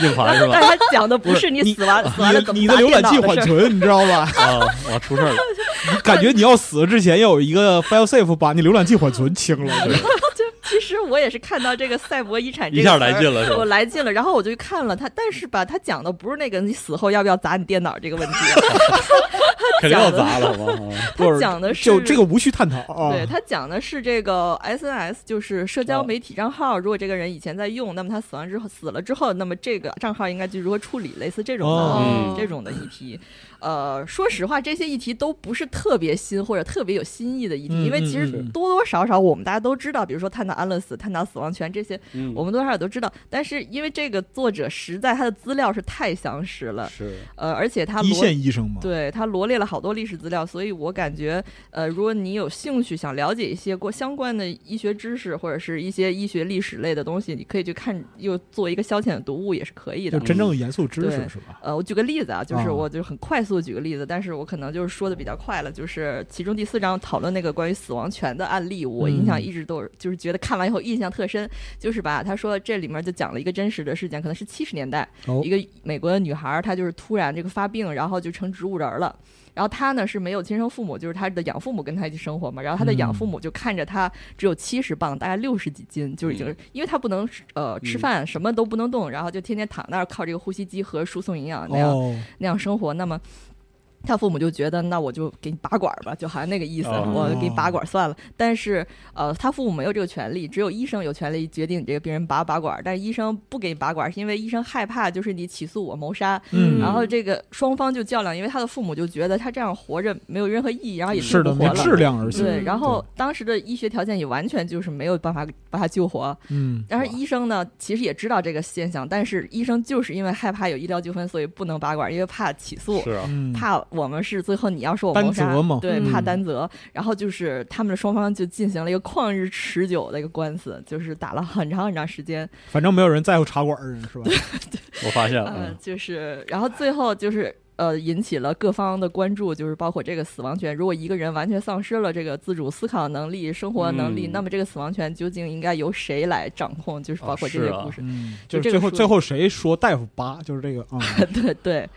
硬盘是吧
但？是他讲的不
不
是
是
你
你
死完死完了怎么
你的
砸
浏览
电
器
脑的
缓
事儿
存，你知道吧？
啊，我出事儿了。
你感觉你要死之前要有一个 file save 把你浏览器缓存清 了。对
其实我也是看到这个赛博遗产这
一
个
下
词儿
来劲了是吧
我来劲了，然后我啊 就去看了他，但是吧，他讲的不是那个你死后要不要砸你电脑这个问题，
肯定要砸了，好吗？ 啊
不
他
是
讲的是
就这个无需探讨啊。
对他讲的是这个 SNS，就是社
哦
交媒体账号。如果这个人以前在用，那么他死亡之后死了之后，那么这个账号应该去如何处理？类似这种的、嗯
哦
这种的议题。呃，说实话，这些议题都不是特别新或者特别有新意的议题，
嗯
因为其实
嗯嗯
多多少少我们大家都知道，比如说探讨安乐死、探讨死亡权这些，
嗯
我们多少也都知道。但是因为这个作者实在他的资料是太详实了，
是
呃，而且他
一
罗
线医生嘛，
对他罗列了好多历史资料，所以我感觉，呃，如果你有兴趣想了解一些过相关的医学知识或者是一些医学历史类的东西，你可以去看，又做一个消遣的读物也是可以
就
的。
真正的严肃知识
嗯对
是吧？
呃，我举个例子啊，就是
啊
我就很快速地举个例子，但是我可能就是说的比较快了，就是其中第四章讨论那个关于死亡权的案例，我印象
嗯
一直都是就是觉得看完以后印象特深，就是吧，他说这里面就讲了一个真实的事件，可能是七十年代，
哦
一个美国的女孩儿，她就是突然这个发病，然后就成植物人儿了。然后她呢是没有亲生父母，就是她的养父母跟她一起生活嘛。然后她的养父母就看着她只有七十磅，大概六十几斤，就是已经、因为她不能呃吃饭，什么都不能动，然后就天天躺那儿靠这个呼吸机和输送营养那样、
哦，
那样生活。那么。她父母就觉得，那我就给你拔管儿吧，就好像那个意思，
哦
我给你拔管儿算了。但是，呃，她父母没有这个权利，只有医生有权利决定你这个病人拔不拔管儿。但是医生不给你拔管儿，是因为医生害怕就是你起诉我谋杀，
嗯
然后这个双方就较量，因为他的父母就觉得他这样活着没有任何意义，然后也救
是的，
不
没
活
质
了。
量而行。
对，然后当时的医学条件也完全就是没有办法把他救活。
嗯，
但是医生呢，其实也知道这个现象，但是医生就是因为害怕有医疗纠纷，所以不能拔管，因为怕起诉。
是啊，
嗯
怕我们是最后你要说我谋杀
担责嘛
对，
嗯
怕担责。然后就是他们的双方就进行了一个旷日持久的一个官司，就是打了很长很长时间。
反正没有人在乎茶馆的人 是吧？
我发现
呃
了，，
就是，然后最后就是呃，引起了各方的关注，就是包括这个死亡权。如果一个人完全丧失了这个自主思考能力、生活能力，
嗯
那么这个死亡权究竟应该由谁来掌控？就是包括这些
哦是啊
故事，
嗯，
就
就是
这个
最后
说
最后谁说大夫拔，就是这个啊，
对对。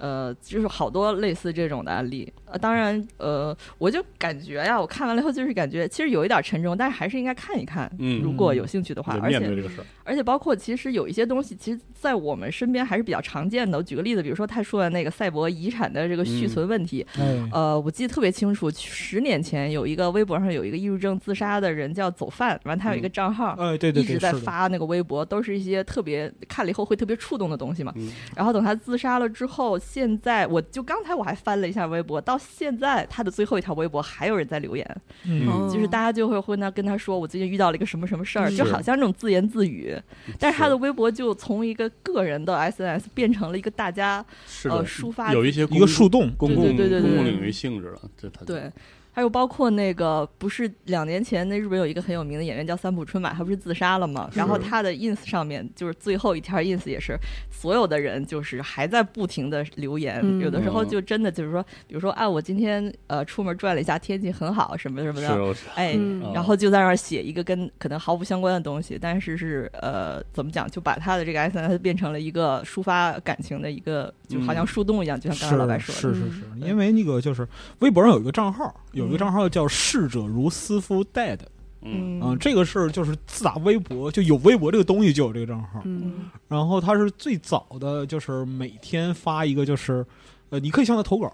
呃，就是好多类似这种的案例。呃，当然，呃，我就感觉呀，我看完了以后就是感觉，其实有一点沉重，但是还是应该看一看，
嗯
如果有兴趣的话。
得
而且呃
面对这个事儿，
而且包括其实有一些东西，其实，在我们身边还是比较常见的。我举个例子，比如说他说的那个赛博遗产的这个
嗯
续存问题，
哎，
呃，我记得特别清楚，十年前有一个微博上有一个抑郁症自杀的人叫走饭，完他有一
嗯
个账号。
哎，对对
一
对，
直在
是的，
发那个微博，都是一些特别看了以后会特别触动的东西嘛。
嗯
然后等他自杀了之后，现在我就刚才我还翻了一下微博，到现在他的最后一条微博还有人在留言，
嗯，
嗯
就是大家就会会那跟他说，我最近遇到了一个什么什么事儿，
嗯
就好像这种自言自语。但是他的微博就从一个个人的 SNS 变成了一个大家
是
呃
的，
抒发
有一些
一个
公
树洞，
公共
对对对对对
公共领域性质了，这他
对，还有包括那个不是两年前那日本有一个很有名的演员叫三浦春马，他不是自杀了吗？然后他的 ins 上面就是最后一条 ins 也是所有的人就是还在不停的留言，
嗯
有的时候就真的就是说，比如说啊，我今天呃出门转了一下，天气很好，什么什么的，
是
哎。
嗯
啊
然后就在那儿写一个跟可能毫不相关的东西，但是是呃怎么讲，就把他的这个 SNS 变成了一个抒发感情的一个，就好像树洞一样，就像刚才老白说的，嗯
是是是，因为那个就是微博上有一个账号，有一个账号叫“逝者如斯夫 dead”，
嗯，
啊，这个是就是自打微博就有微博这个东西就有这个账号，
嗯
然后他是最早的就是每天发一个就是，呃，你可以向他投稿，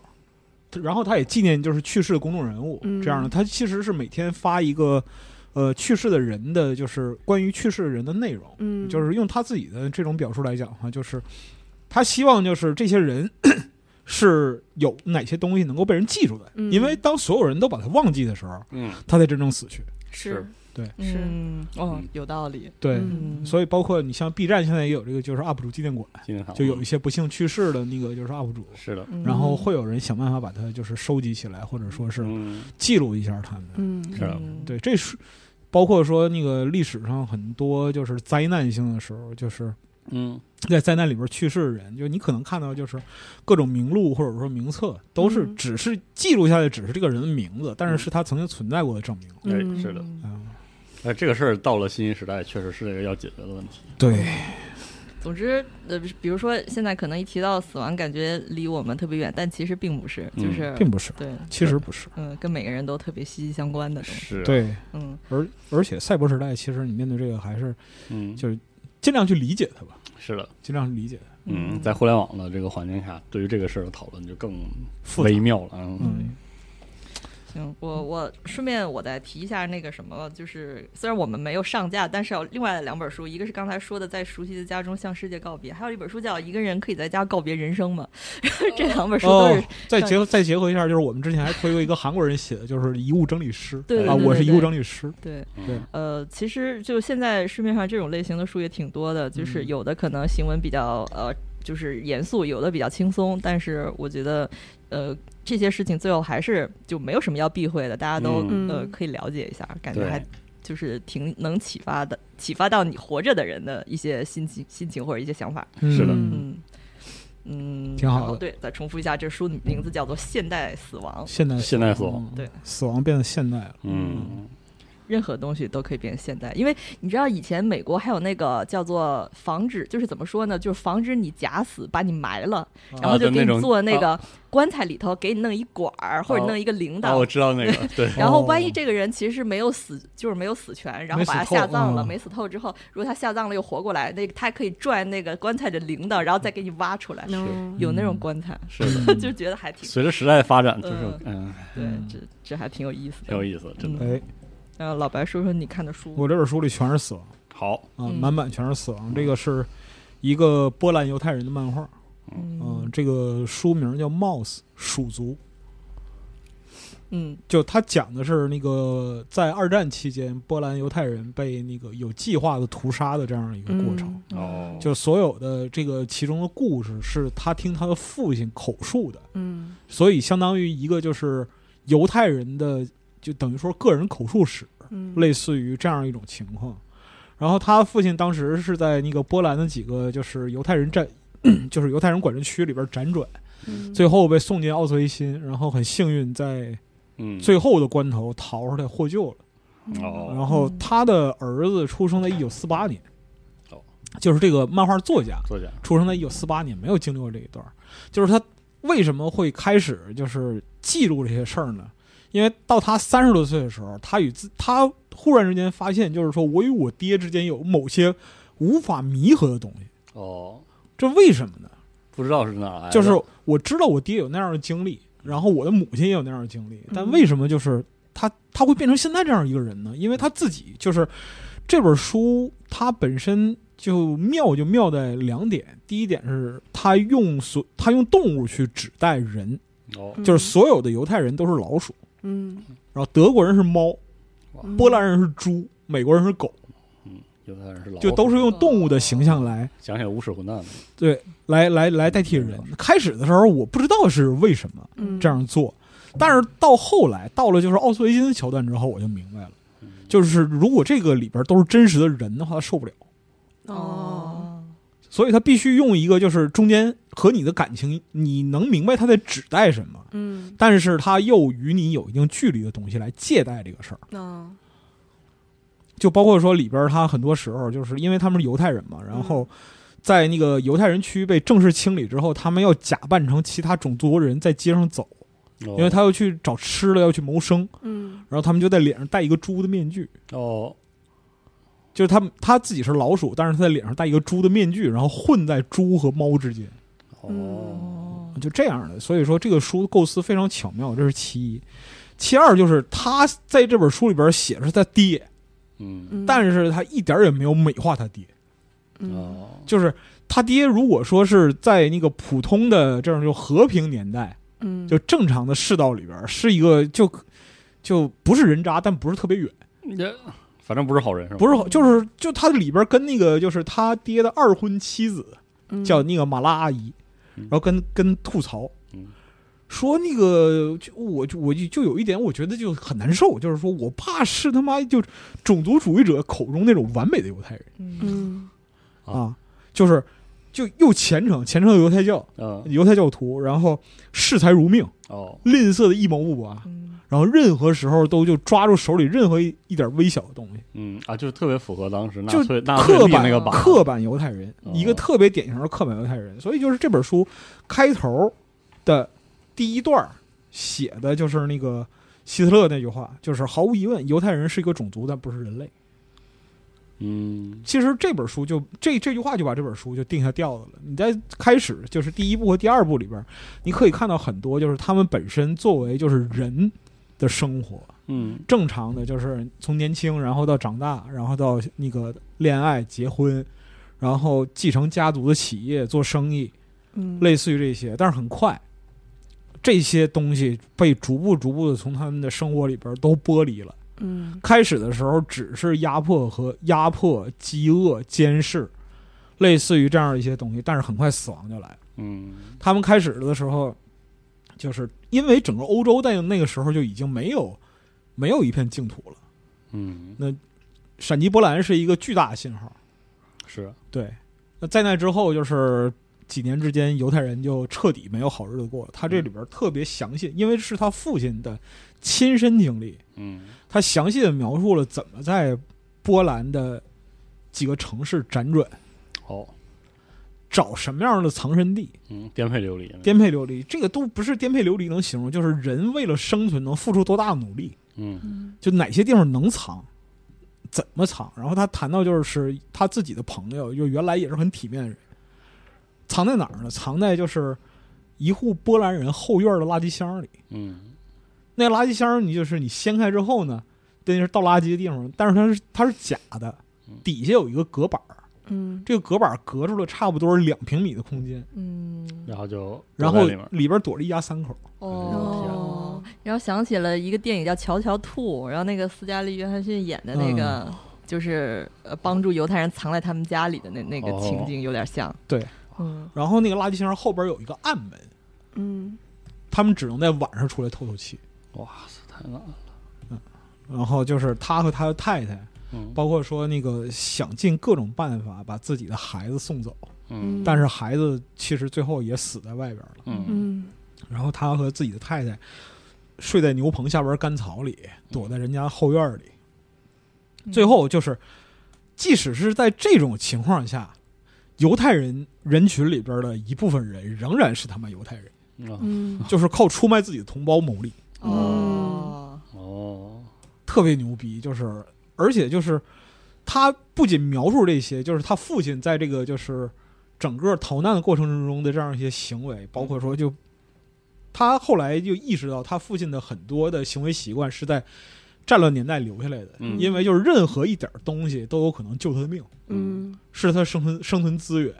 然后他也纪念就是去世的公众人物、
嗯
这样的，他其实是每天发一个，呃，去世的人的就是关于去世的人的内容。
嗯，
就是用他自己的这种表述来讲的话，就是他希望就是这些人 是有哪些东西能够被人记住的，
嗯
因为当所有人都把他忘记的时候，
嗯，
他才真正死去。
是是
嗯，哦，有道理。
对，
嗯
所以包括你像 B 站现在也有这个就是 UP 主纪念馆，
今天好
就有一些不幸去世的那个就是 UP 主。
是的，
然后会有人想办法把它就是收集起来，或者说是
嗯，
记录一下他们。
嗯
是的
嗯，
啊对，这是包括说那个历史上很多就是灾难性的时候，就是
嗯，
在灾难里边去世的人，就你可能看到就是各种名录或者说名册，都是
嗯
只是记录下来，只是这个人的名字，但是
嗯
是他曾经存在过的证明。
哎，
嗯
是的，
啊，
哎，这个事儿到了新时代，确实是一个要解决的问题。
对，
总之，呃，比如说现在可能一提到死亡，感觉离我们特别远，但其实并不是，
嗯
就是、
并不是，
对，
其实不是。
嗯，跟每个人都特别息息相关的东西。
是，，
对，
嗯，
而而且赛博时代，其实你面对这个还是
嗯，
就是尽量去理解它吧，
是的，
尽量去理解它。
嗯，在互联网的这个环境下，对于这个事儿的讨论就更
复杂
微妙了。嗯，
嗯，
行，我我顺便我再提一下那个什么，就是虽然我们没有上架，但是有另外的两本书，一个是刚才说的《在熟悉的家中向世界告别》，还有一本书叫《一个人可以在家告别人生》嘛。 这两 本书都
哦
是、，
再
上
结合再结合一下，就是我们之前还推过一个韩国人写的，就是遗物整理师
对
对
啊，
对
我是
对
遗物
对
整理师，
对
对，
呃，其实就现在市面上这种类型的书也挺多的，就是
嗯
有的可能行文比较呃，就是严肃，有的比较轻松，但是我觉得呃。这些事情最后还是就没有什么要避讳的，大家都、
嗯
呃可以了解一下，感觉
对
还就是挺能启发的，启发到你活着的人的一些心情、心情或者一些想法。
是的
嗯
嗯嗯，
挺好
然后
的
对，再重复一下，这书名字叫做《现代死亡》，
现代
现代死亡，
嗯
对，
死亡变得现代了，
嗯，
任何东西都可以变现代，因为你知道以前美国还有那个叫做防止，就是怎么说呢，就是防止你假死，把你埋了，然后就给
啊对那
你
种
做那个棺材里头，给你弄一管儿或者
哦
弄一个铃
啊，我
铛。
知道那个， 对，
然后，万一这个人其实没有死，就是没有死全，然后
没死
把他
透
下葬了，
嗯
没死透之后，如果他下葬了又活过来，那个他还可以转那个棺材的铃铛，然后再给你挖出
嗯
来，
能
有那种棺材，
是的，
就觉得还挺
随着时代的发展，就是
嗯
嗯，
对
嗯，
这这还挺有意思的。嗯
挺有意思，真的
哎，
然后老白说说你看的书，
我这本书里全是死亡
好，
啊，
嗯
满版全是死亡，这个是一个波兰犹太人的漫画，嗯
啊
嗯，
这个书名叫《Mouse 鼠族》，
嗯
就他讲的是那个在二战期间，波兰犹太人被那个有计划的屠杀的这样一个过
嗯
程。
哦，
就所有的这个其中的故事是他听他的父亲口述的，
嗯
所以相当于一个就是犹太人的，就等于说个人口述史，
嗯，
类似于这样一种情况。然后他父亲当时是在那个波兰的几个就是犹太人占， 就是犹太人管制区里边辗转，
嗯
最后被送进奥斯维辛，然后很幸运在
嗯，
最后的关头逃出来获救了。
哦，
然
嗯
后他的儿子出生在一九四八年
哦，
就是这个漫画作家
作家，
出生在一九四八年，没有经历过这一段儿。就是他为什么会开始就是记录这些事儿呢？因为到他三十多岁的时候，他与自他忽然之间发现，就是说我与我爹之间有某些无法弥合的东西。
哦，
这为什么呢？
不知道是哪儿来的，哦
就是我知道我爹有那样的经历，然后我的母亲也有那样的经历，但
嗯
为什么就是他他会变成现在这样一个人呢？因为他自己就是这本书，它本身就妙就妙在两点，第一点是他用所他用动物去指代人，
哦，
就是所有的犹太人都是老鼠，
嗯，
然后德国人是猫，
嗯
波兰人是猪，美国人是狗，
嗯，犹太人是老
就都是
鼠
用动物的形象来
想起来无耻混蛋了，
对来来来代替人。开始的时候我不知道是为什么。
嗯
这样做。但是到后来，到了就是奥斯维辛的桥段之后，我就明白了，
嗯
就是如果这个里边都是真实的人的话，他受不了，
哦，
所以他必须用一个就是中间和你的感情，你能明白他在指代什么，
嗯
但是他又与你有一定距离的东西来借代这个事儿。
嗯
就包括说里边他很多时候就是因为他们是犹太人嘛，然后在那个犹太人区被正式清理之后，他们要假扮成其他种族的人在街上走，
因
因为他要去找吃的，要去谋生。
嗯
然后他们就在脸上戴一个猪的面具，
哦，
就是他们他自己是老鼠，但是他在脸上戴一个猪的面具，然后混在猪和猫之间，
哦，
就这样的。所以说这个书构思非常巧妙，这是其一。其二就是他在这本书里边写的是他爹，
嗯，
嗯，
但是他一点儿也没有美化他爹，
嗯
哦，
就是他爹如果说是在那个普通的这种就和平年代，
嗯
就正常的世道里边是一个就就不是人渣，但不是特别远。
这反正不是好人是吧？
不是好，就是就他里边跟那个就是他爹的二婚妻子
嗯
叫那个马拉阿姨，
嗯
然后跟跟吐槽
嗯，
说那个就我就我就就有一点我觉得就很难受，就是说我爸是他妈就种族主义者口中那种完美的犹太人
嗯
嗯
啊，就是就又虔诚虔诚的犹太教
嗯，
犹太教徒，然后视财如命，
哦，
吝啬的一毛不拔，
嗯
然后任何时候都就抓住手里任何一一点微小的东西。
嗯啊，就是特别符合当时纳
就
粹纳粹
刻
立
板
那个榜，
刻板犹太人，
哦
一个特别典型的刻板犹太人。所以就是这本书开头的第一段儿写的就是那个希特勒那句话，就是毫无疑问，犹太人是一个种族，但不是人类。
嗯
其实这本书就这这句话就把这本书就定下调子了。你在开始就是第一部和第二部里边，你可以看到很多就是他们本身作为就是人的生活，
嗯
正常的就是从年轻，然后到长大，然后到那个恋爱、结婚，然后继承家族的企业、做生意，
嗯，
类似于这些，但是很快，这些东西被逐步逐步的从他们的生活里边都剥离了。
嗯
开始的时候只是压迫和压迫、饥饿、监视，类似于这样的一些东西，但是很快死亡就来了。
嗯
他们开始的时候，就是因为整个欧洲在那个时候就已经没有没有一片净土了。
嗯，
闪击波兰是一个巨大的信号，
是，
对，那在那之后就是几年之间，犹太人就彻底没有好日子过了。他这里边特别详细，因为是他父亲的亲身经历，
嗯
他详细的描述了怎么在波兰的几个城市辗转，
好，
找什么样的藏身地。
嗯，颠沛流离呢，
颠沛流离，这个都不是颠沛流离能形容，就是人为了生存能付出多大的努力，
嗯
嗯
就哪些地方能藏。怎么藏？然后他谈到，就是他自己的朋友，就原来也是很体面的人，藏在哪儿呢？藏在就是一户波兰人后院的垃圾箱里。
嗯
那垃圾箱，你就是你掀开之后呢，那是倒垃圾的地方，但是它是它是假的
嗯，
底下有一个隔板儿，
嗯
这个隔板儿隔住了差不多两平米的空间，
嗯，
然后就
然
躲
后
在里面，
里边躲着一家三口。
哦，然后想起了一个电影叫《乔乔兔》，然后那个斯嘉丽·约翰逊演的那个，
嗯
就是呃帮助犹太人藏在他们家里的那那
哦
个情景有点像。
对，
嗯，
然后那个垃圾箱后边有一个暗门，
嗯
他们只能在晚上出来透透气。
哇塞，太难了，
然后就是他和他的太太，
嗯
包括说那个想尽各种办法把自己的孩子送走，
嗯
但是孩子其实最后也死在外边了。
嗯
嗯
然后他和自己的太太睡在牛棚下边干草里，躲在人家后院里。最后就是，即使是在这种情况下，犹太人人群里边的一部分人仍然是他妈犹太人，
嗯
嗯
就是靠出卖自己的同胞牟利。
嗯哦，
哦，
特别牛逼，就是而且就是他不仅描述这些，就是他父亲在这个就是整个逃难的过程之中的这样一些行为，包括说就他后来就意识到他父亲的很多的行为习惯是在战乱年代留下来的，
嗯
因为就是任何一点儿东西都有可能救他的命，
嗯
是他生存生存资源。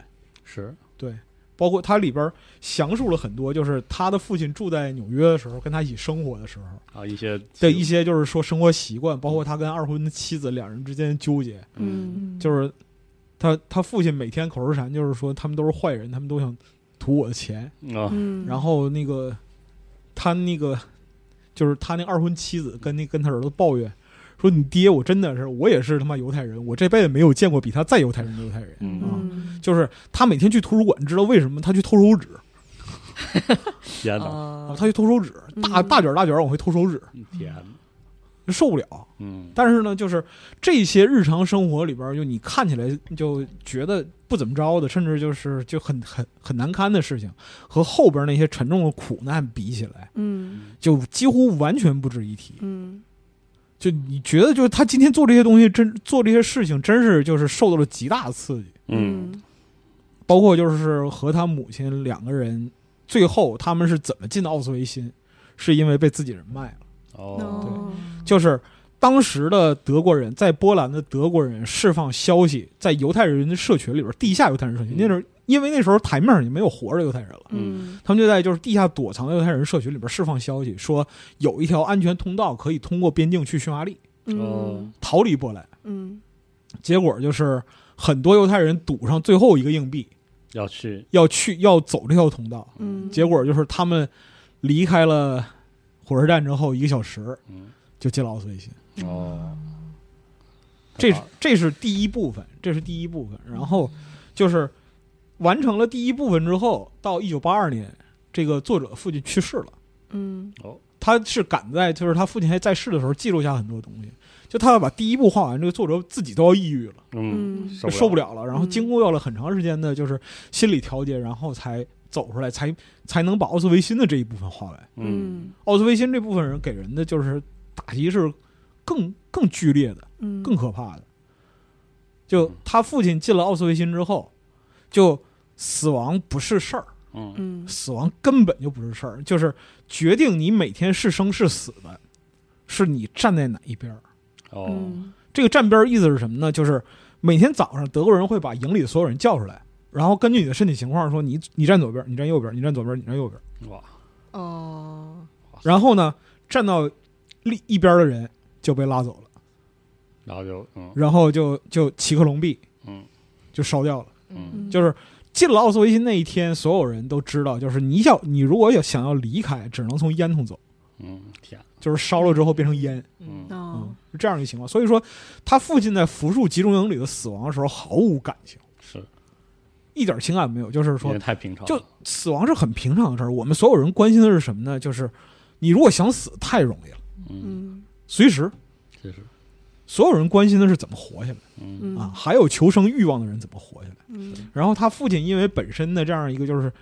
是，
对，包括他里边儿详述了很多，就是他的父亲住在纽约的时候，跟他一起生活的时候。
啊，一些
的一些就是说生活习惯，包括他跟二婚的妻子两人之间的纠结，
嗯
嗯
就是他他父亲每天口头禅就是说他们都是坏人，他们都想图我的钱，
啊，
嗯，
然后那个他那个就是他那二婚妻子跟那跟他儿子抱怨说你爹我真的是我也是他妈犹太人，我这辈子没有见过比他再犹太人的犹太人，
嗯
嗯
就是他每天去图书馆，你知道为什么他去偷手纸？嗯
天哪，
哦
他去偷手纸，大
嗯
大卷大卷往回偷手纸，
天哪，
受不了。
嗯，
但是呢，就是这些日常生活里边儿，就你看起来就觉得不怎么着的，甚至就是就很很很难堪的事情，和后边那些沉重的苦难比起来，
嗯
就几乎完全不值一提。
嗯
就你觉得，就是他今天做这些东西，真做这些事情，真是就是受到了极大的刺激。
嗯
包括就是和他母亲两个人，最后他们是怎么进的奥斯维辛，是因为被自己人卖了。
哦，
嗯就是当时的德国人在波兰的德国人释放消息，在犹太人的社群里边，地下犹太人社群，
嗯
那时候因为那时候台面上已经没有活着犹太人了，
嗯
他们就在就是地下躲藏的犹太人社群里边释放消息，说有一条安全通道可以通过边境去匈牙利，
嗯
逃离波兰。
嗯
结果就是很多犹太人赌上最后一个硬币，
要去，
要去 要走这条通道。
嗯，
结果就是他们离开了火车站之后一个小时
嗯，
就进了奥斯维辛。
哦，
这是
太棒了
这是第一部分，这是第一部分。然后就是完成了第一部分之后，到一九八二年，这个作者父亲去世了。
嗯
他是赶在就是他父亲还在世的时候记录下很多东西。就他要把第一部画完，这个作者自己都要抑郁了，
嗯，
嗯
受
受不
了，
了了。然后经过了很长时间的就是心理调节，然后才走出来，才才能把奥斯维辛的这一部分画完。
嗯，
奥斯维辛这部分人给人的就是打击是更更剧烈的。
嗯
更可怕的。就他父亲进了奥斯维辛之后，就死亡不是事儿，
嗯
嗯
死亡根本就不是事儿，就是决定你每天是生是死的，是你站在哪一边儿。
哦
嗯
这个站边儿意思是什么呢？就是每天早上德国人会把营里的所有人叫出来，然后根据你的身体情况说你你站左边，你站右边，你站左边，你站右边。
哇
哦，
然后呢，站到另一边的人就被拉走了，
然后就
哦
嗯
然后就就齐克隆壁
嗯
就烧掉了。
嗯
嗯
就是进了奥斯维辛那一天，所有人都知道，就是你想你如果要想要离开，只能从烟囱走，
嗯天
就是烧了之后变成烟。
嗯
哦
嗯，是这样一个情况。所以说，他父亲在福树集中营里的死亡的时候毫无感情，
是
一点情感没有，就是
因
说
为太平常
就
了
死亡是很平常的事儿。我们所有人关心的是什么呢？就是你如果想死太容易了，
嗯
嗯
随时。
这是
所有人关心的是怎么活下来
嗯
嗯
啊，还有求生欲望的人怎么活下来。
嗯
然后他父亲因为本身的这样一个就是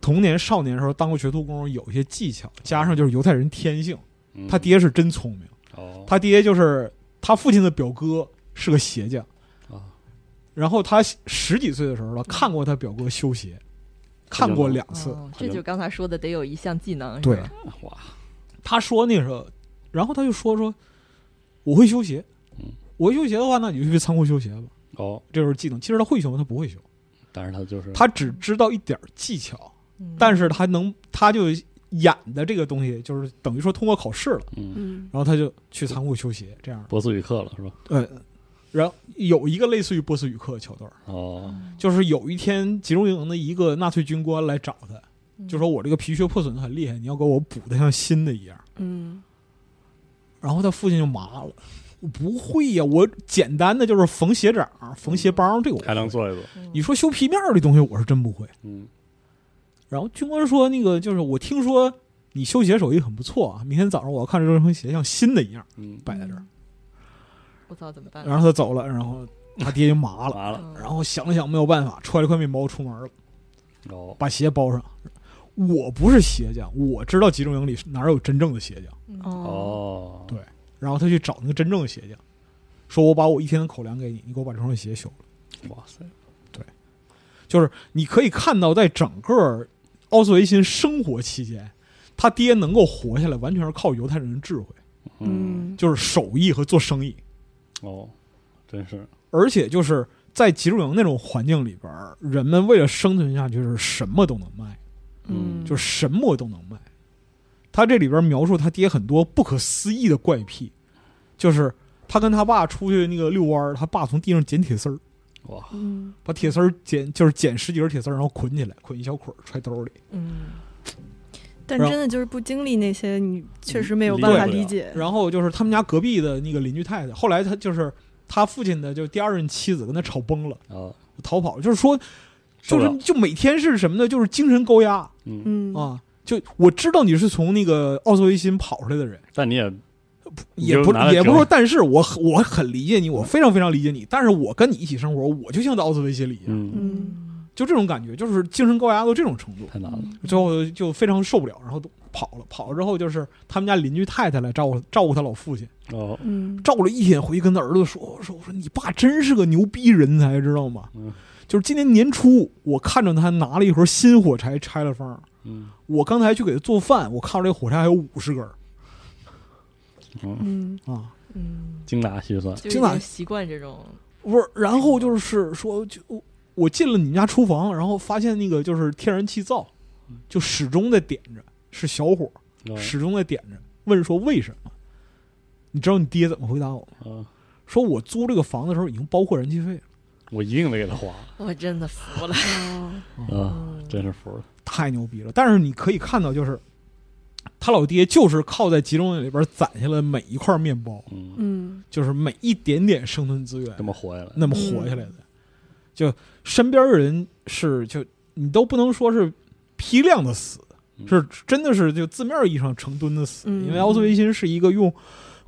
童年少年的时候当过学徒工，有一些技巧，加上就是犹太人天性，
嗯
他爹是真聪明，
哦
他爹就是他父亲的表哥是个鞋匠。
啊
然后他十几岁的时候了，看过他表哥修鞋，看过两次。
哦这就刚才说的得有一项技能，
对
是吧
哇
他说那时候，然后他就说说我会修鞋
嗯，
我会修鞋的话，那你就去仓库修鞋吧，
哦，
这就是技能。其实他会修吗，他不会修，
但是他就是
他只知道一点儿技巧，
嗯
但是他能，他就演的这个东西就是等于说通过考试了，
嗯
嗯
然后他就去仓库修鞋，这样。
波斯语课了是吧？
呃，然后有一个类似于波斯语课的桥段，
哦
就是有一天集中营的一个纳粹军官来找他，就说我这个皮靴破损得很厉害，你要给我补的像新的一样。
嗯
然后他父亲就麻了，我不会呀、我简单的就是缝鞋掌、缝鞋帮，这个我
还能
会。
做一做
你说修皮面儿的东西，我是真不会。
嗯
然后军官说，那个就是我听说你修鞋手艺很不错啊，明天早上我要看着这双鞋像新的一样
嗯
摆在这儿。
我操怎么办？嗯
然后他走了，然后他爹就麻了，
完了
然后想了想没有办法，揣了块面包出门了，
哦
把鞋包上。我不是鞋匠，我知道集中营里哪有真正的鞋匠。
哦
哦
对然后他去找那个真正的鞋匠，说：“我把我一天的口粮给你，你给我把这双鞋修了。
哇塞”
就是你可以看到，在整个奥斯维辛生活期间，他爹能够活下来，完全是靠犹太人的智慧，
嗯
就是手艺和做生意，
哦真是
而且就是在集中营那种环境里边儿，人们为了生存下去是什么都能卖，
嗯
就是什么都能卖。他这里边描述他爹很多不可思议的怪癖，就是他跟他爸出去那个遛弯儿，他爸从地上捡铁丝儿。
哇
嗯
把铁丝儿剪，就是剪十几根铁丝儿，然后捆起来，捆一小捆儿揣兜里。
嗯，
但
然后
真的就是不经历那些，你确实没有办
理解
法
不了
理解。
然后就是他们家隔壁的那个邻居太太，后来他就是他父亲的，就是第二任妻子跟他吵崩了，
啊
逃跑，就是说，就
受不
是
了
就每天是什么呢？就是精神高压
嗯，
嗯，
啊！就我知道你是从那个奥斯维辛跑出来的人，
但你也你
也
就
不
拿来
也不
折
是
磨
说，但是我很我很理解你，我非常非常理解你，但是我跟你一起生活，我就像在奥斯维辛里一样，
嗯
嗯
就这种感觉，就是精神高压到这种程度。
太难了
最后就非常受不了，然后都跑了。跑了之后，就是他们家邻居太太来照顾照顾他老父亲，
哦
嗯
照顾了一天，回去跟他儿子说：“我说我说你爸真是个牛逼人才，知道吗？
嗯
就是今年年初，我看着他拿了一盒新火柴拆了封，
嗯
我刚才去给他做饭，我看着这火柴还有五十根儿
嗯
嗯
啊，
嗯，
精打细算
就
经
已
常
经习惯这种，
不是。然后就是说，就我我进了你们家厨房，然后发现那个就是天然气灶，就始终在点着，是小火。”
哦
始终在点着，问说为什么？你知道你爹怎么回答我吗？
啊
说我租这个房子的时候已经包括燃气费了，
我一定得给他花
我真的服了。
哦
啊
嗯
真是服了
太牛逼了。但是你可以看到，就是他老爹就是靠在集中营里边攒下了每一块面包，
嗯
嗯
就是每一点点生存资源
这，么活下来
那么活下来的。就身边人是就你都不能说是批量的死，
嗯
是真的是就字面意义上成吨的死，
嗯
因为奥斯维辛是一个用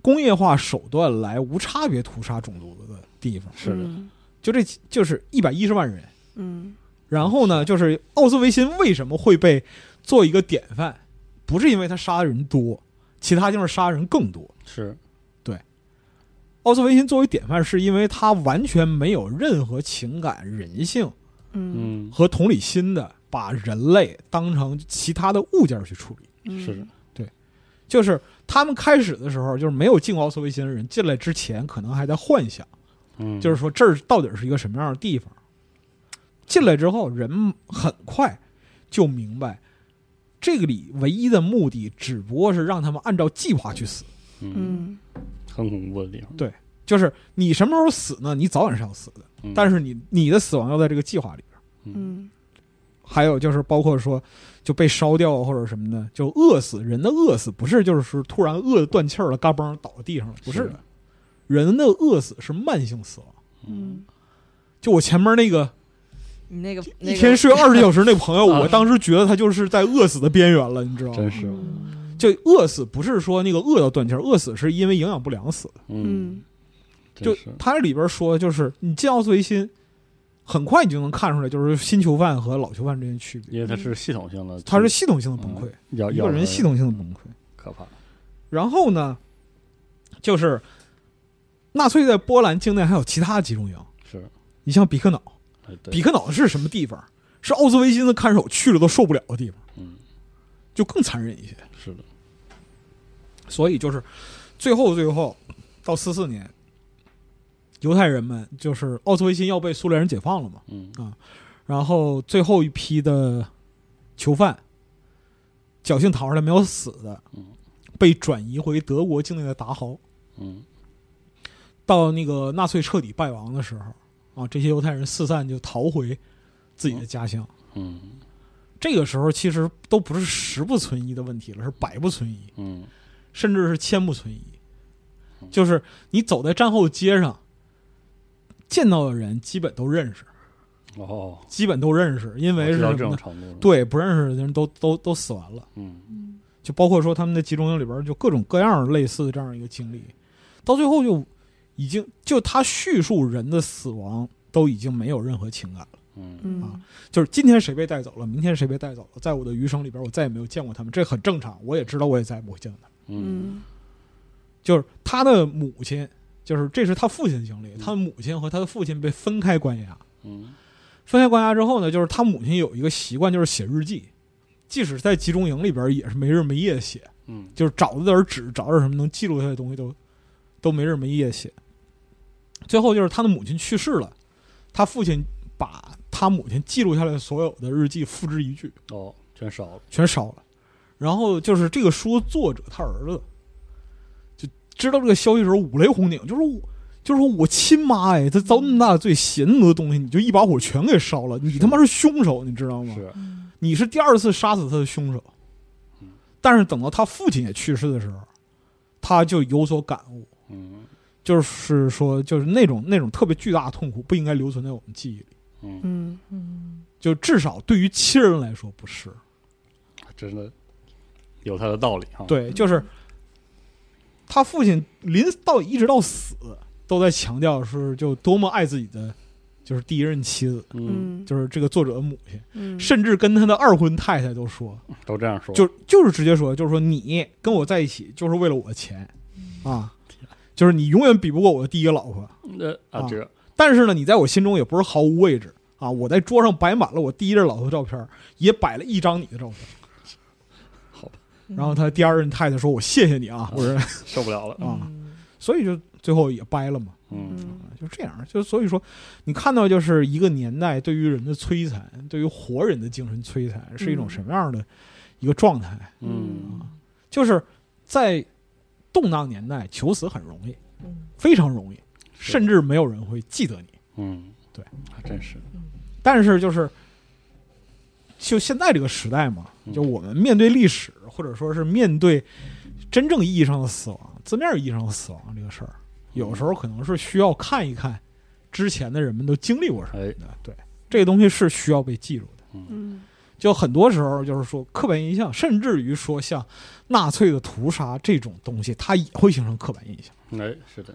工业化手段来无差别屠杀种族的地方，
是的
嗯
就这就是一百一十万人。
嗯
然后呢，就是奥斯维辛为什么会被做一个典范，不是因为他杀的人多，其他地方杀的人更多。
是
奥斯维辛作为典范，是因为他完全没有任何情感、人性
嗯
嗯，
和同理心的，把人类当成其他的物件去处理。
嗯
是的，
就是他们开始的时候，就是没有进奥斯维辛的人进来之前，可能还在幻想，
嗯，
就是说这儿到底是一个什么样的地方。进来之后，人很快就明白，这个里唯一的目的只不过是让他们按照计划去死。
嗯，
嗯
很恐怖的地方，
就是你什么时候死呢？你早晚是要死的，
嗯
但是你你的死亡要在这个计划里边。
嗯
还有就是包括说就被烧掉啊或者什么的，就饿死人的饿死不是就是说突然饿得断气儿了，嘎嘣倒地上了，不是
是
的，人的饿死是慢性死亡。
嗯
就我前面那个
你那个
一天睡二十小时那朋友，
啊
我当时觉得他就是在饿死的边缘了，你知道吗
真？是，
就饿死不是说那个饿到断气儿，饿死是因为营养不良死的。
嗯，
嗯
就
真是，
他这里边说，就是你进奥斯维辛，很快你就能看出来，就是新囚犯和老囚犯之间的区别，
因为它是啊系统性的，嗯
他是系统性的崩溃，
咬
一个
咬
人系统性的崩溃。
可怕，
然后呢，就是纳粹在波兰境内还有其他集中营，
是，
你像比克瑙，
哎对
比克瑙是什么地方？是奥斯维辛的看守去了都受不了的地方，
嗯，
就更残忍一些。
是的，
所以就是最后最后到四四年，犹太人们就是奥斯维辛要被苏联人解放了嘛，
嗯
然后最后一批的囚犯侥幸逃出来没有死的
嗯，
被转移回德国境内的达豪。
嗯
到那个纳粹彻底败亡的时候啊，这些犹太人四散就逃回自己的家乡。
嗯
这个时候其实都不是十不存一的问题了，是百不存一。
嗯
甚至是千不存疑。就是你走在战后街上，见到的人基本都认识，
哦，
基本都认识，因
因
为是
哦到
什
这
么
种
呢？
程度了，，
对，不认识的人都都都死完了，
嗯
就包括说他们的集中营里边就各种各样类似的这样一个经历，到最后就已经就他叙述人的死亡都已经没有任何情感了，
嗯
嗯
啊就是今天谁被带走了，明天谁被带走了，在我的余生里边我再也没有见过他们，这很正常，我也知道我也再也不会见到他们。
嗯
就是他的母亲，就是这是他父亲的经历，他的母亲和他的父亲被分开关押。
嗯
分开关押之后呢，就是他母亲有一个习惯，就是写日记，即使是在集中营里边也是没日没夜写，
嗯
就是找了点纸，找点什么能记录下来的东西都都没日没夜写。最后就是他的母亲去世了，他父亲把他母亲记录下来的所有的日记付之一炬，
哦，全少了，
全烧了。然后就是这个书作者他儿子，就知道这个消息的时候五雷轰顶，就是我，就是说我亲妈哎，他遭那么大的罪，邪那么多东西，你就一把火全给烧了，你他妈是凶手，你知道吗？
是，
你是第二次杀死他的凶手。但是等到他父亲也去世的时候，他就有所感悟，
嗯
就是说，就是那种那种特别巨大的痛苦不应该留存在我们记忆里，
嗯，
嗯
就至少对于亲人来说不是。
真的有它的道理哈，，
对，就是他父亲临到一直到死都在强调是就多么爱自己的，就是第一任妻子，
嗯，
嗯
就是这个作者的母亲，
嗯
甚至跟他的二婚太太都说，
都这样说，
就就是直接说，就是说你跟我在一起就是为了我的钱啊，就是你永远比不过我的第一个老婆，
那啊
啊
这
但是呢，你在我心中也不是毫无位置。啊！我在桌上摆满了我第一任老婆照片，也摆了一张你的照片。
好吧，
嗯
然后他第二任太太说：“我谢谢你啊，我是
受不了
嗯
了，
啊，所以就最后也掰了嘛，
嗯
嗯
就这样。就所以说，你看到就是一个年代对于人的摧残，对于活人的精神摧残是一种什么样的一个状态？
嗯
就是在动荡年代，求死很容易，
嗯
非常容易，
是
甚至没有人会记得你。
嗯，
对，
还真是，
但是就是，就现在这个时代嘛，
嗯
就我们面对历史，或者说是面对真正意义上的死亡，字面意义上的死亡这个事儿，有时候可能是需要看一看之前的人们都经历过什么
哎，
的。对，这个东西是需要被记录的。
嗯
就很多时候就是说刻板印象，甚至于说像纳粹的屠杀这种东西，它也会形成刻板印象。
哎，是的，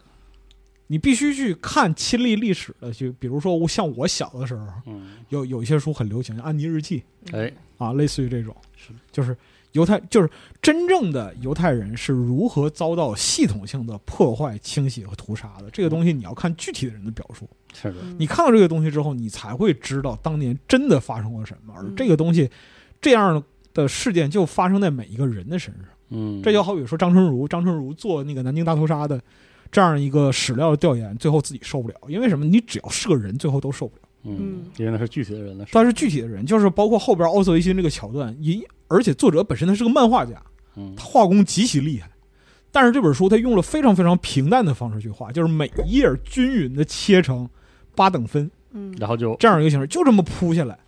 你必须去看亲历历史的，就比如说我像我小的时候，
嗯，
有有一些书很流行，《安妮日记》，
哎，
啊，类似于这种
是，
就是犹太就是真正的犹太人是如何遭到系统性的破坏、清洗和屠杀的。这个东西你要看具体的人的表述。
是的，
你看到这个东西之后，你才会知道当年真的发生过什么。而这个东西，这样的事件就发生在每一个人的身上。
嗯，
这就好比说张春如，张春如做那个南京大屠杀的这样一个史料调研，最后自己受不了，因为什么？你只要是个人，最后都受不了。
嗯，因为那是具体的人的事，
但是具体的人，就是包括后边奥斯维辛这个桥段，也而且作者本身他是个漫画家，
嗯
他画工极其厉害。但是这本书他用了非常非常平淡的方式去画，就是每一页均匀的切成八等分
嗯
然后就
这样一个形式，就这么铺下来，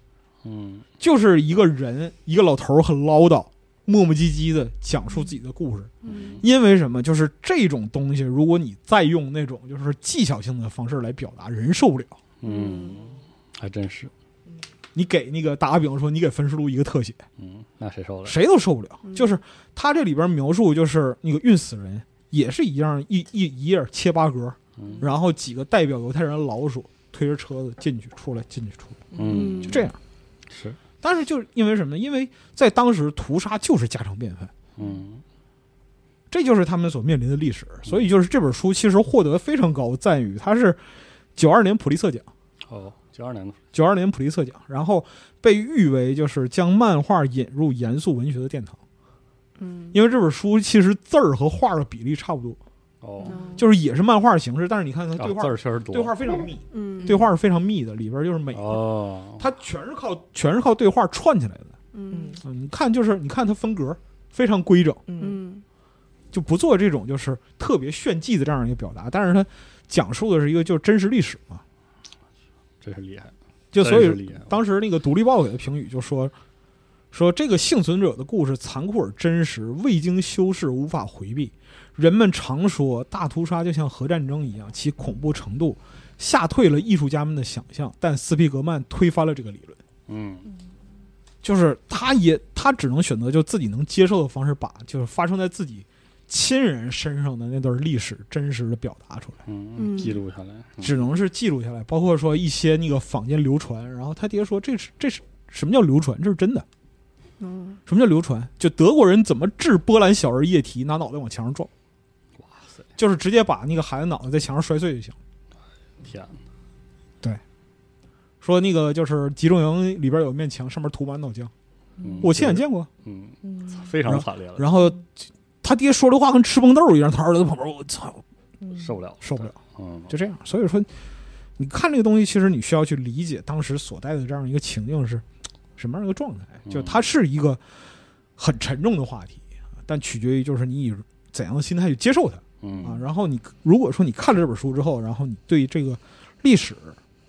嗯
就是一个人一个老头儿很唠叨，磨磨唧唧的讲述自己的故事。
嗯
因为什么？就是这种东西，如果你再用那种就是技巧性的方式来表达，人受不了。
嗯，还真是，
你给那个打个比方说，你给焚书录一个特写，
嗯，那谁受得了？
谁都受不了。
嗯
就是他这里边描述，就是那个运死人也是一样，一一一页切八格，
嗯
然后几个代表犹太人的老鼠推着车子进去出来，进去出来，
嗯，
就这样。
是，
但是就是因为什么呢？因为在当时屠杀就是家常便饭，
嗯
这就是他们所面临的历史。所以就是这本书其实获得非常高的赞誉，它是九二年普利策奖。
哦，九二年的，
九二年普利策奖，然后被誉为就是将漫画引入严肃文学的殿堂，
嗯，
因为这本书其实字儿和画的比例差不多，
嗯
哦，
就是也是漫画形式，但是你看它
啊
对
字
话、
儿确实多，
对话非常密，
嗯
对话是非常密的，里边就是每、
哦，
它全是靠全是靠对话串起来的。
嗯
嗯，你看就是你看它分格非常规整，
嗯
嗯
就不做这种就是特别炫技的这样一个表达，但是它讲述的是一个就是真实历史嘛，
真是厉害，
就所以
真是厉害，
当时那个《独立报》给的评语就说，说这个幸存者的故事残酷而真实，未经修饰，无法回避。人们常说大屠杀就像核战争一样，其恐怖程度吓退了艺术家们的想象。但斯皮格曼推翻了这个理论，
嗯
就是他也他只能选择就自己能接受的方式，把就是发生在自己亲人身上的那段历史真实的表达出来。
嗯，记录下来，
只能是记录下来，包括说一些那个坊间流传，然后他爹说这是这是什么叫流传？这是真的。
嗯
什么叫流传？就德国人怎么治波兰小儿夜啼，拿脑袋往墙上撞，
哇塞，
就是直接把那个孩子脑袋在墙上摔碎就行。
天啊哪，
说那个就是集中营里边有一面墙，上面涂满脑浆，
嗯
我亲眼，见过。
嗯，
嗯
非常惨烈了，
然后他爹说这话跟吃崩豆一样，他儿子在旁边，我操，
受不了，
受不了，
嗯，
就这样。所以说，你看这个东西，其实你需要去理解当时所在的这样一个情境是什么样一个状态。
嗯
就它是一个很沉重的话题，但取决于就是你以怎样的心态去接受它。啊，
嗯
然后你如果说你看了这本书之后，然后你对这个历史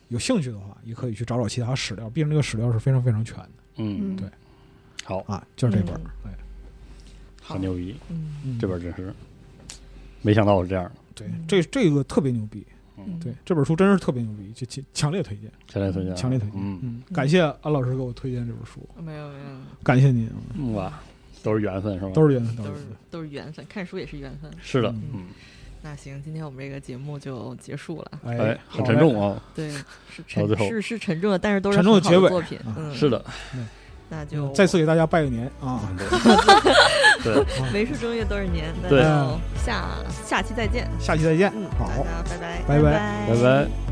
有兴趣的话，也可以去找找其他史料，毕竟这个史料是非常非常全的
嗯，
对
好，
啊，就是这本儿
嗯，
哎，
很牛逼，
嗯
嗯
这本真是没想到是这样的，
对这这个特别牛逼，
嗯
对这本书真是特别牛逼，就强强烈推荐，
强烈推荐，
强烈推荐，
嗯，
嗯，感谢安老师给我推荐这本书，
没有没有，
感谢您，啊
嗯哇，都是缘分是吧？
都是缘分，
都
嗯
都
是
是缘分
都是缘分，看书也是缘分。
是的，
嗯
嗯，
那行，今天我们这个节目就结束了。
哎，
好
很
嘞
沉重啊，
对，是
到最
沉
后
是是沉重的，但是都是
沉重的
很好的
结尾啊
作品。
嗯
嗯，
是，的，
那就
再次给大家拜个年啊，
嗯对，
没出正月多少年，那
对
就下下期再见。
下期再见
嗯，，
嗯
大。
好
家拜拜。
拜拜
拜拜。